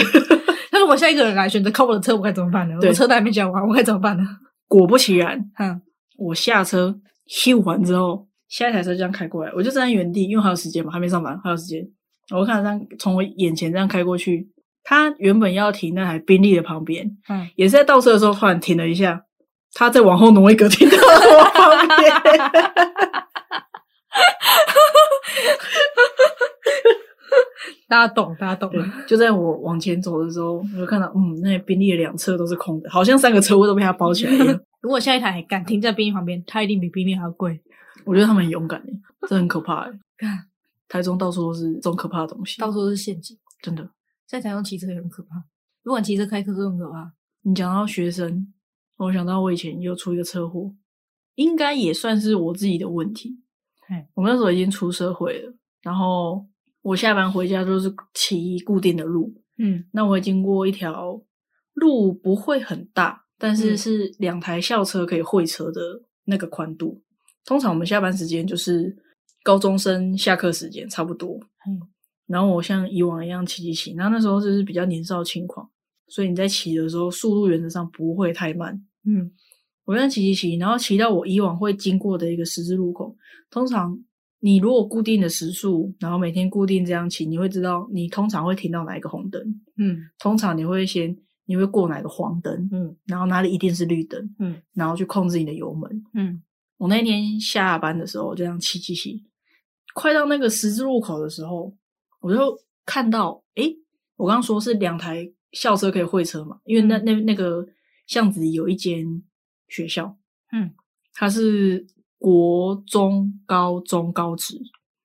那如果下一个人来选择靠我的车，我该怎么办呢？对我车都还没讲完，我该怎么办呢？嗯果不其然，哼，我下车咻完之后，下一台车就这样开过来，我就站在原地，因为还有时间嘛，还没上班，还有时间。我看他这样从我眼前这样开过去，他原本要停那台宾利的旁边，嗯，也是在倒车的时候突然停了一下，他再往后挪一格，停到我旁边。 大家懂，大家懂对了，，就在我往前走的时候，我就看到，嗯，那宾利的两侧都是空的，好像三个车位都被他包起来 一样。如果下一台敢停在宾利旁边，它一定比宾利还要贵。我觉得他们很勇敢耶，这很可怕耶。欸看，台中到处都是这种可怕的东西，到处都是陷阱，真的。在台中骑车也很可怕。如果你骑车开车都很可怕。你讲到学生，我想到我以前又出一个车祸，应该也算是我自己的问题嘿。我那时候已经出社会了，然后我下班回家就是骑固定的路，嗯那我会经过一条路不会很大，但是嗯是两台校车可以会车的那个宽度。通常我们下班时间就是高中生下课时间差不多。嗯，然后我像以往一样骑骑骑，然后那时候就是比较年少轻狂，所以你在骑的时候速度原则上不会太慢。嗯我在骑骑骑，然后骑到我以往会经过的一个十字路口。通常你如果固定的时速，然后每天固定这样骑，你会知道你通常会停到哪一个红灯。嗯通常你会先你会过哪个黄灯，嗯然后哪里一定是绿灯，嗯，然后去控制你的油门。嗯我那天下班的时候，我就这样骑骑骑，快到那个十字路口的时候，我就看到，诶，我刚刚说是两台校车可以会车嘛，因为嗯那那那个巷子里有一间学校，嗯，它是国中、高中、高职，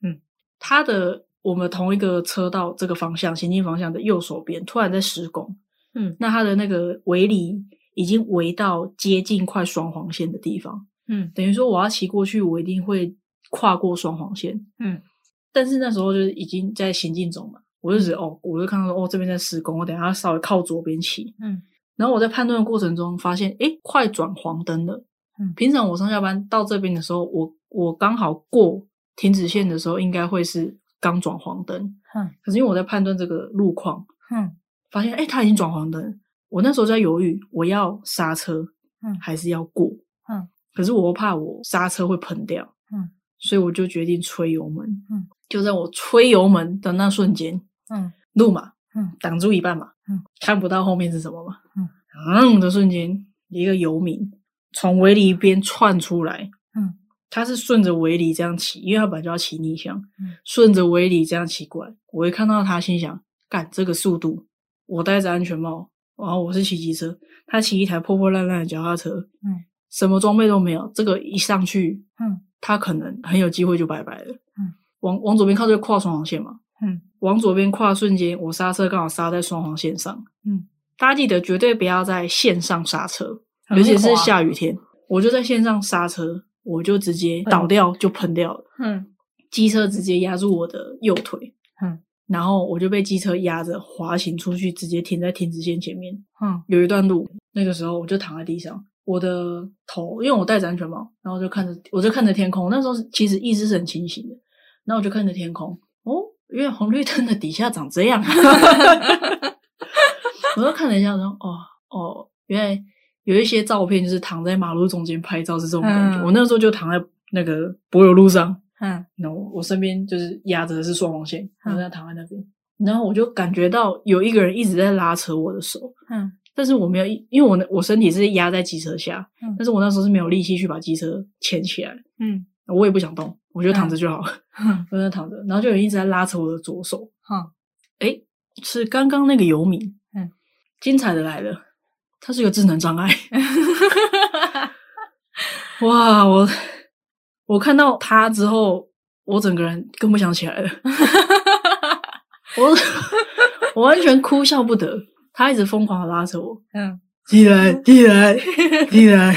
嗯，它的我们同一个车道这个方向行进方向的右手边突然在施工，嗯那它的那个围篱已经围到接近快双黄线的地方，嗯等于说我要骑过去，我一定会跨过双黄线。嗯，但是那时候就是已经在行进中嘛，我就觉得哦，我就看到说哦这边在施工，我等一下稍微靠左边骑。嗯，然后我在判断的过程中发现，诶，快转黄灯了。嗯平常我上下班到这边的时候，我我刚好过停止线的时候，应该会是刚转黄灯。哼可是因为我在判断这个路况，哼发现诶，哎它已经转黄灯。我那时候就在犹豫，我要刹车，嗯还是要过，嗯。可是我又怕我刹车会喷掉，嗯，所以我就决定吹油门，嗯。就在我吹油门的那瞬间，嗯路嘛，嗯，挡住一半嘛，嗯，看不到后面是什么嘛，嗯，嗯的瞬间，一个游民从围篱边窜出来，嗯，他是顺着围篱这样骑，因为他本来就要骑逆向，嗯顺着围篱这样骑过来，我一看到他，心想，干这个速度，我戴着安全帽，然后我是骑机车，他骑一台破破烂烂的脚踏车，嗯，什么装备都没有，这个一上去，嗯，他可能很有机会就拜拜了，嗯，往往左边靠就跨双黄线嘛。嗯往左边跨的瞬间，我刹车刚好刹在双黄线上。嗯，大家记得绝对不要在线上刹车，很尤其会是滑下雨天。我就在线上刹车，我就直接倒掉就喷掉了，嗯机车直接压住我的右腿，嗯，然后我就被机车压着滑行出去，直接停在停止线前面。嗯有一段路，那个时候我就躺在地上，我的头，因为我戴着安全帽，然后就看着，我就看着天空。那时候是其实意识是很清醒的，然后我就看着天空，哦，因为红绿灯的底下长这样， 我就看了一下，然后哦哦，原来有一些照片就是躺在马路中间拍照是这种感觉。嗯我那时候就躺在那个柏油路上，嗯然后我身边就是压着的是双黄线，我嗯在躺在那边，然后我就感觉到有一个人一直在拉扯我的手。嗯但是我没有一，因为我那我身体是压在机车下，嗯但是我那时候是没有力气去把机车牵起来，嗯，我也不想动，我就躺着就好了，哼我就躺着，然后就有人一直在拉扯我的左手，哼诶，是刚刚那个游民，嗯，精彩的来了，他是个智能障碍，哇，我我看到他之后，我整个人更不想起来了，我我完全哭笑不得，他一直疯狂的拉扯我，嗯，起来，起来，起来！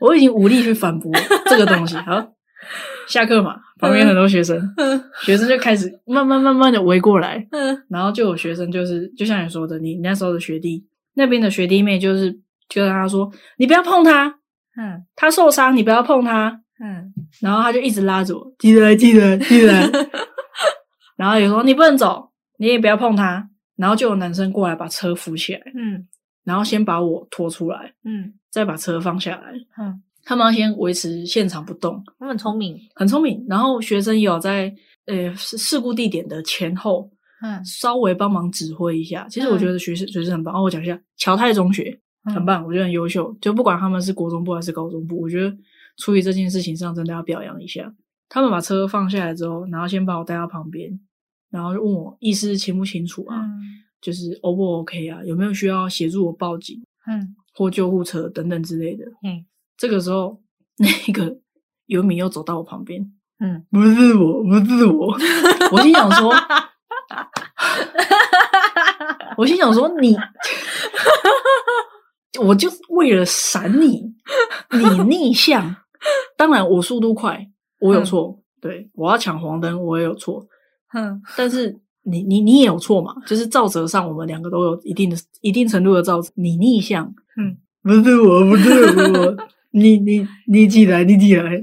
我已经无力去反驳这个东西。好，下课嘛，旁边很多学生，学生就开始慢慢慢慢的围过来，嗯然后就有学生就是，就像你说的，你那时候的学弟那边的学弟妹就是就跟他说，你不要碰他，嗯他受伤，你不要碰他。嗯然后他就一直拉着我，起来，起来，起来。然后也说你不能走，你也不要碰他。然后就有男生过来把车扶起来。嗯然后先把我拖出来，嗯再把车放下来。嗯，他们要先维持现场不动，他们很聪明，很聪明。然后学生也有在呃事事故地点的前后嗯稍微帮忙指挥一下。其实嗯我觉得学生、学生很棒。哦，我讲一下，侨泰中学嗯很棒，我觉得很优秀。就不管他们是国中部还是高中部，我觉得出于这件事情上真的要表扬一下。他们把车放下来之后，然后先把我带到旁边，然后就问我意识清不清楚啊，嗯就是 O 不 OK 啊，有没有需要协助我报警。嗯或救护车等等之类的。嗯，这个时候， 那个游民又走到我旁边，嗯，不是我，不是我，我心想说，我心想说你，我就为了闪你，你逆向，当然我速度快，我有错，对我要抢黄灯，我也有错，嗯但是你你你也有错嘛，就是照责上我们两个都有一定的一定程度的照责，你逆向，嗯，不是我，不是我， 你你你起来，你起来。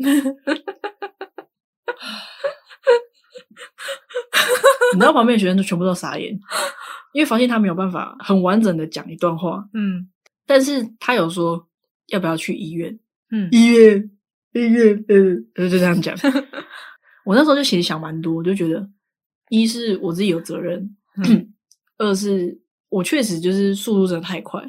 你知道旁边的学生都全部都傻眼，因为发现他没有办法很完整的讲一段话，嗯但是他有说要不要去医院，嗯医院，医院，呃，就这 样讲。我那时候就其实想蛮多，我就觉得，一是我自己有责任，嗯 二是我确实就是速度真的太快，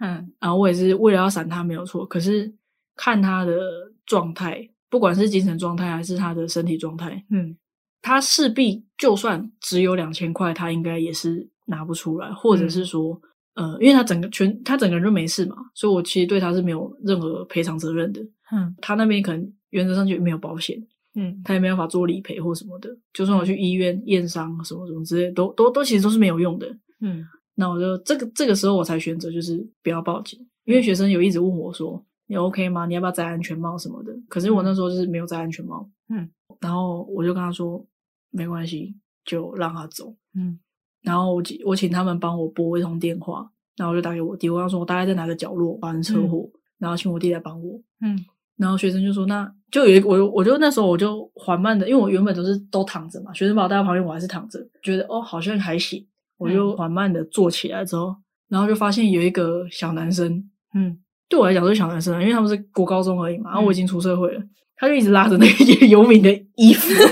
嗯然后我也是为了要闪他没有错，可是看他的状态，不管是精神状态还是他的身体状态，嗯他势必就算只有两千块，他应该也是拿不出来，或者嗯是说，呃，因为他整个全他整个人就没事嘛，所以我其实对他是没有任何赔偿责任的。嗯他那边可能原则上就没有保险，嗯他也没办法做理赔或什么的。就算我去医院验伤什么什么之类的，都都都其实都是没有用的。嗯那我就这个这个时候我才选择就是不要报警，因为学生有一直问我说你 OK 吗？你要不要摘安全帽什么的？可是我那时候就是没有摘安全帽，嗯，然后我就跟他说没关系，就让他走。嗯然后我请我请他们帮我拨一通电话，然后我就打给我弟，我跟他说我大概在哪个角落发生车祸，然后请我弟来帮我。嗯然后学生就说：“那就有一个我，我就那时候我就缓慢的，因为我原本都是都躺着嘛，学生把我带到旁边，我还是躺着，觉得哦好像还行，我就缓慢的坐起来之后，然后就发现有一个小男生，嗯对我来讲是小男生啊，因为他们是国高中而已嘛，然后嗯我已经出社会了，他就一直拉着那个 游民的衣服，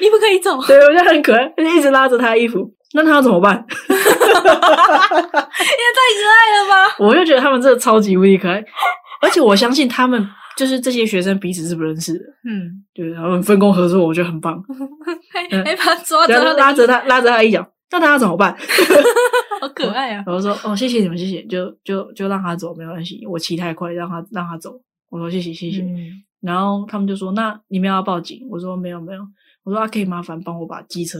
你不可以走，对我觉得很可爱，他就一直拉着他的衣服，那他要怎么办？ 也 太可爱了吧？我就觉得他们真的超级无敌可爱，而且我相信他们就是这些学生彼此是不认识的，嗯，就是他们分工合作，我觉得很棒。”还嗯还把他抓着然后啊拉他的着他拉着他一脚，那他要怎么办？好可爱啊！我就说哦，谢谢你们，谢谢，就就就让他走，没关系，我骑太快，让他让他走。我说谢谢谢谢，嗯然后他们就说那你们要报警？我说没有没有，我说啊可以麻烦帮我把机车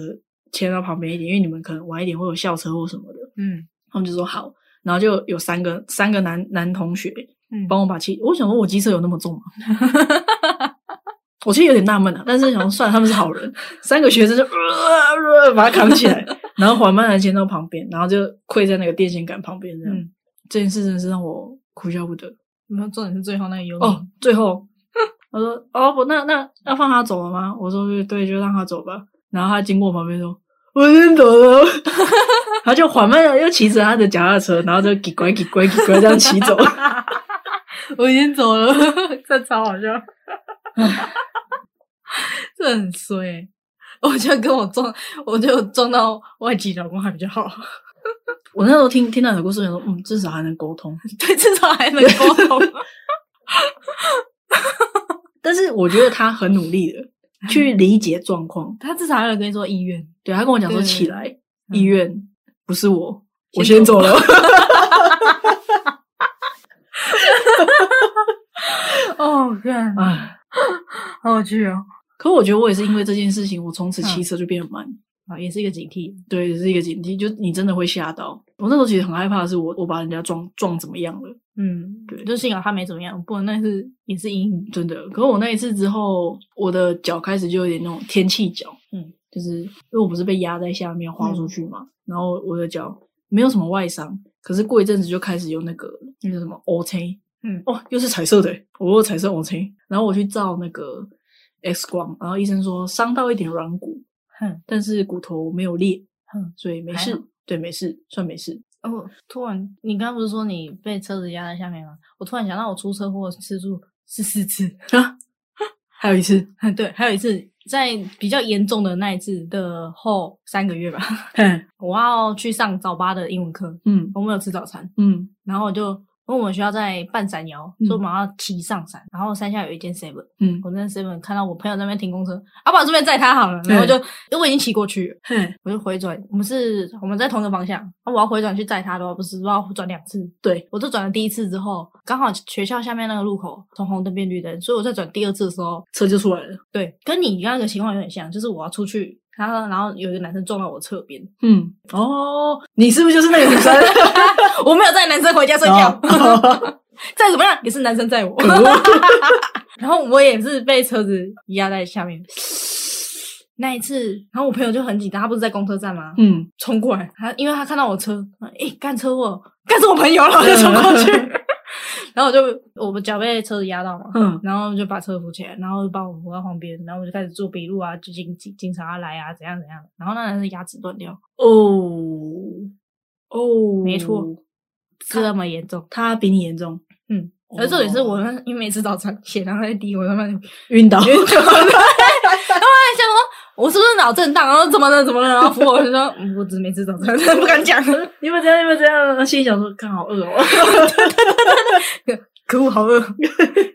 牵到旁边一点，因为你们可能晚一点会有校车或什么的。嗯他们就说好，然然后就有三个三个男男同学嗯帮我把汽，我想说我机车有那么重吗？ 我其实有点纳闷啊，但是想说算了，他们是好人，三个学生就、呃呃、把它扛起来，然后缓慢的牵到旁边，然后就跪在那个电线杆旁边这样。嗯这件事真的是让我哭笑不得。然后重点是最后那个幽哦灵，，最后我说哦不，那那要放他走了吗？我说对对，就让他走吧。然后他经过我旁边说：“我先走了。” 他就缓慢的又骑着他的脚踏车，然后就叽拐叽拐叽拐这样骑走。我已经走了， 这超好笑， 这很衰欸、我觉得跟我撞，我就撞到外籍老公还比较好，我那时候听听到有故事，想说嗯，至少还能沟通。 对，至少还能沟通。 但是我觉得他很努力 的去理解状况。他至少还有跟你说医院，对他跟我讲说对起来，嗯医院不是我，我先先走走 了。哦，看，哎，好有趣哦，可我觉得我也是因为这件事情，我从此骑嗯车就变慢。啊，也是一个警惕，对，是一个警惕，就你真的会吓到。我那时候其实很害怕，是我我把人家撞撞怎么样了，嗯，对就幸好他没怎么样，不然那是也是阴影，真的。可是我那一次之后，我的脚开始就有点那种天气脚，嗯，就是因为我不是被压在下面滑出去嘛，然后我的脚没有什么外伤，可是过一阵子就开始有那个那个什么 O K，嗯哦，又是彩色的欸，我有彩色 O K，然后我去照那个 X 光，然后医生说伤到一点软骨，哼但是骨头没有裂，哼。所以没还事好，对，没事，算没事。哦，突然，你刚刚不是说你被车子压在下面吗？我突然想到，我出车祸的次数是四次。啊，还有一次， 对，还有一次，在比较严重的那一次的后三个月吧， 我要去上早八的英文课，嗯我没有吃早餐，嗯然后我就因为我们学校在半山腰，嗯所以我们要骑上山，然后山下有一间 seven，嗯，我在 seven 看到我朋友在那边停公车，啊，不然顺便载他好了，然后就因为我已经骑过去了，嘿，我就回转，我们是我们在同一个方向，啊，我要回转去载他的话，不是要转两次，对，我就转了第一次之后，刚好学校下面那个路口从红灯变绿灯，所以我在转第二次的时候，车就出来了。对，跟你刚刚的情况有点像，就是我要出去，然后然后有一个男生撞到我侧边，嗯，哦，你是不是就是那个女 生？我没有载男生回家睡觉，哦 再怎么样也是男生载我，可恶 然后我也是被车子压在下面。那一次，然后我朋友就很紧张，他不是在公车站吗？嗯，冲过来，他因为他看到我车，诶、干车祸，干是我朋友了，我就冲过 去，然后我就我脚被车子压到嘛，嗯然后就把车扶起来，然后就把我扶到旁边，然后我就开始做笔录啊，就警警警察来啊，怎样怎样，然后那男生牙齿断掉，哦哦，没错，这么严重。他比你严重，嗯，哦，而这也是我那因为没吃早餐，啊血糖太低，我他妈就，晕 倒，哎，想说我是不是脑震荡？然后怎么了？怎么了？然后扶我就说，嗯我只是没吃早餐， 不敢讲。你们怎样？你们怎样？心里想说，看好饿 哦。可恶，好饿！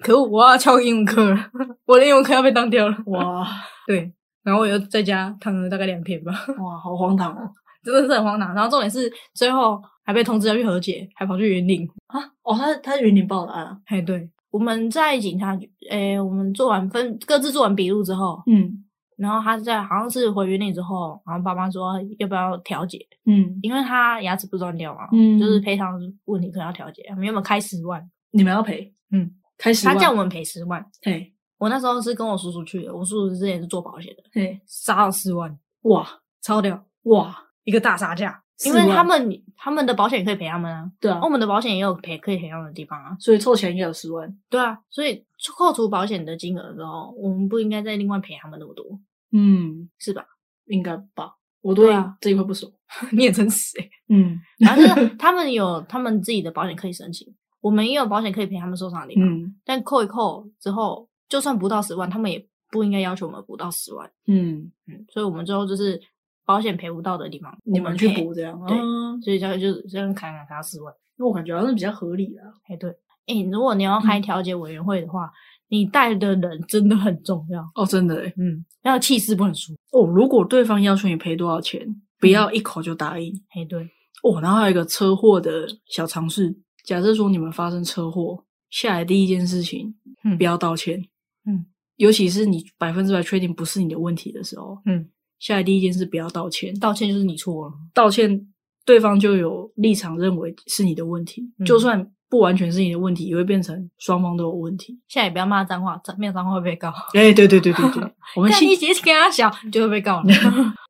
可恶，我要翘英文课 了，我的英文课要被当掉了。哇对，然后我又在家躺了大概两天吧， 哇，好荒唐哦！真的是很荒唐。然后重点是最后还被通知要去和解，还跑去云林。啊，哦，他他云林报的案啊。哎，对，我们在警察局，哎，我们做完分各自做完笔录之后，嗯然后他在好像是回云林之后，然后爸妈说要不要调解，嗯，因为他牙齿不断掉嘛，嗯哦就是赔偿问题可能要调解。我们原本开十万，你们要赔？嗯，开始他叫我我，们赔十万。嘿我那时候是跟我叔叔去的，我叔叔之前是做保险的，嘿，杀了四万，哇超屌，哇，一个大杀价。因4为万他们他们的保险也可以赔他们啊，对啊我们的保险也有赔可以赔他们的地方啊。所以凑起来应该有十万。对啊，所以扣除保险的金额之后，我们不应该再另外赔他们那么多， 嗯，是吧？应该吧。我对对啊这一块不熟。你也真是、欸，嗯反正 就是他们有他们自己的保险可以申请，我们也有保险可以赔他们受伤的地方，嗯但扣一扣之后，就算不到十万，他们也不应该要求我们补到十万。嗯，嗯，所以我们最后就是保险赔不到的地方，你我们们去赔，补这样，对嗯，所以这样就是这样砍砍砍四万。那我感觉好像比较合理啦。哎，对，哎，如果你要开调解委员会的话，你带的人真的很重要。哦，真的诶。 嗯，要气势不能输。哦，如果对方要求你赔多少钱，嗯不要一口就答应。哎，对，哦，然后还有一个车祸的小常识，假设说你们发生车祸，下来第一件事情嗯不要道歉。嗯，尤其是你百分之百确定不是你的问题的时候，嗯，下来第一件事不要道歉。道歉就是你错了。道歉对方就有立场认为是你的问题，嗯就算不完全是你的问题，也会变成双方都有问题。现在也不要骂脏话，脏没有脏话会被告。 哎、对对对对对， 我们但信你姐跟他小，你就会被告 了。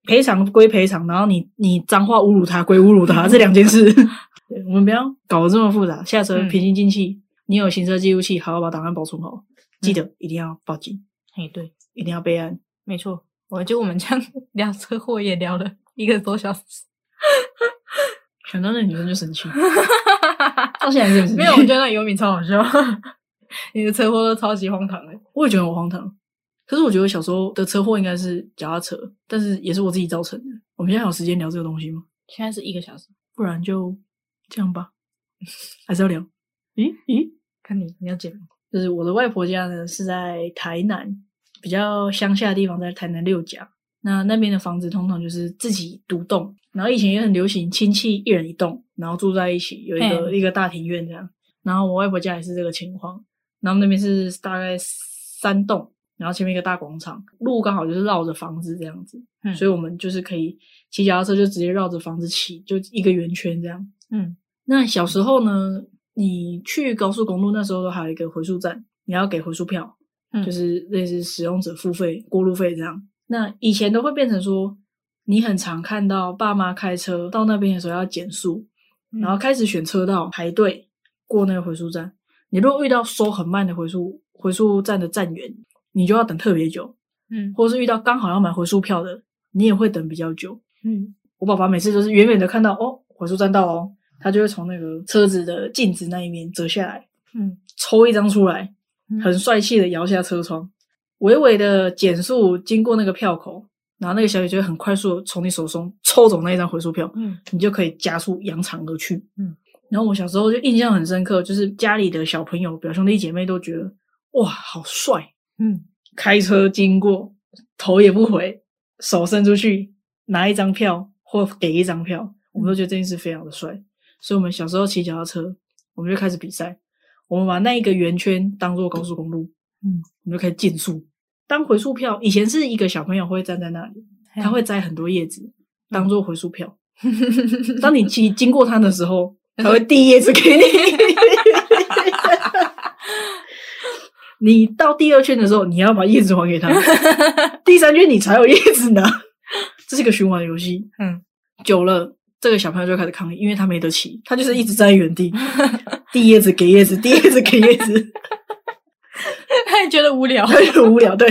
赔偿归赔偿，然后你你脏话侮辱他归侮辱他，这两件事， 对我们不要搞得这么复杂。下车嗯平心静气，你有行车记录器，好好把档案保存好，记得一定要报警，嘿，哎对，一定要备案。没错，我就我们这样聊车祸也聊了一个多小时， 想到那女生就生 气，到现在还是很生气没有，我觉得那游民超好笑， 你的车祸都超级荒唐的。我也觉得我荒唐。可是我觉得小时候的车祸应该是脚踏车，但是也是我自己造成的。我们现在还有时间聊这个东西吗？现在是一个小时，不然就这样吧， 还是要聊。咦咦，看你你要剪吗，就是我的外婆家呢是在台南，比较乡下的地方，在台南六甲。那那边的房子通常就是自己独栋，然后以前也很流行亲戚一人一栋，然后住在一起，有一个嘿一个大庭院这样。然后我外婆家也是这个情况，然后那边是大概三栋，然后前面一个大广场，路刚好就是绕着房子这样子，嗯所以我们就是可以骑脚踏车就直接绕着房子骑，就一个圆圈这样。嗯，那小时候呢，你去高速公路那时候都还有一个回数站，你要给回数票，嗯就是类似使用者付费、过路费这样。那以前都会变成说，你很常看到爸妈开车到那边的时候要减速，嗯然后开始选车道排队过那个回数站。你如果遇到收很慢的回数回数站的站员，你就要等特别久，嗯或是遇到刚好要买回数票的，你也会等比较久。嗯我爸爸每次都是远远的看到哦，火速站到哦，他就会从那个车子的镜子那一面折下来，嗯，抽一张出来，嗯很帅气的摇下车窗，微微的减速经过那个票口，然后那个小姐就会很快速地从你手中抽走那一张回数票，嗯你就可以加速扬长而去。嗯，然后我小时候就印象很深刻，就是家里的小朋友、表兄弟姐妹都觉得哇，好帅，嗯，开车经过，头也不回，手伸出去拿一张票或给一张票，我们都觉得这件事非常的帅。所以，我们小时候骑脚踏车，我们就开始比赛，我们把那一个圆圈当做高速公路，嗯，我们就开始竞速。当回数票，以前是一个小朋友会站在那里，他会摘很多叶子当做回数票。当你骑经过他的时候，他会递叶子给你。你到第二圈的时候，你要把叶子还给他，第三圈你才有叶子拿。 这是一个循环游戏。嗯，久了，这个小朋友就开始抗议，因为他没得骑，他就是一直站在原地，递叶子给叶子，递叶子给叶子， 他也觉得无聊他就很无聊。对，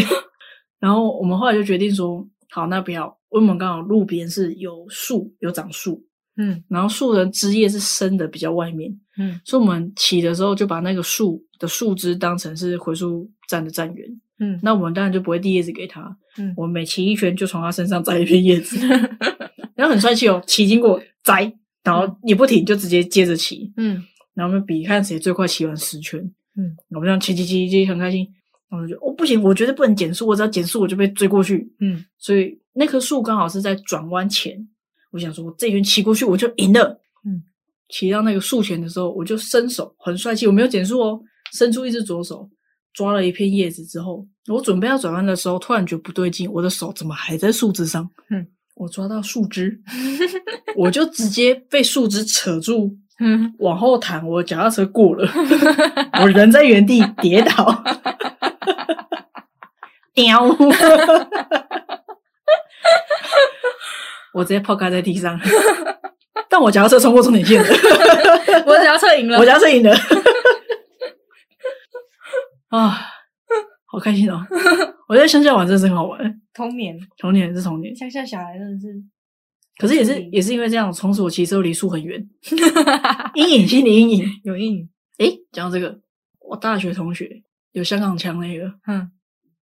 然后我们后来就决定说，好，那不要，因为我们刚好路边是有树，有长树，嗯然后树的枝叶是伸的比较外面，嗯所以我们骑的时候就把那个树的树枝当成是回数站的站员，嗯那我们当然就不会递叶子给他，嗯我们每骑一圈就从他身上摘一片叶子， 然后很帅气哦，骑经过摘，然后也不停，就直接接着骑，嗯然后我们比看谁最快骑完十圈，嗯，我们这样骑骑骑骑很开心，然后我就哦不行，我绝对不能减速，我只要减速我就被追过去，嗯所以那棵树刚好是在转弯前，我想说这一圈骑过去我就赢了。嗯，骑到那个树前的时候，我就伸手很帅气，我没有减速哦，伸出一只左手抓了一片叶子之后，我准备要转弯的时候，突然觉得不对劲，我的手怎么还在树枝上？嗯，我抓到树枝， 我就直接被树枝扯住， 嗯，往后弹，我脚踏车过了， 我人在原地跌倒， 屌！我直接泡咖在地上，但我脚踏车冲过终点线了，我只要车赢了我，脚踏车赢了。啊，好开心哦！我觉得乡下玩真的是很好玩，童年童年也是童年，乡下小孩真的是，可是也是也是因为这样，从此我骑车离树很远， 阴影心理阴影。有阴影，诶，讲到这个，我大学同学有香港腔那个，嗯，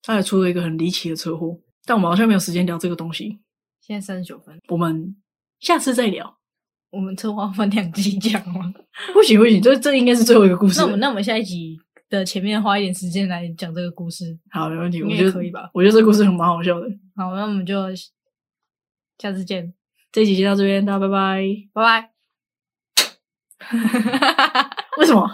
他也出了一个很离奇的车祸，但我们好像没有时间聊这个东西，现在三十九分，我们下次再聊。 我们车祸分两集讲吗？不行不行，这这应该是最后一个故事那我们了。那我们下一集的前面花一点时间来讲这个故事，好，没问题，应我该觉得可以吧？我觉得这个故事很蛮好笑的。好，那我们就下次见，这一集先到这边，大家拜拜。 拜拜。为什么？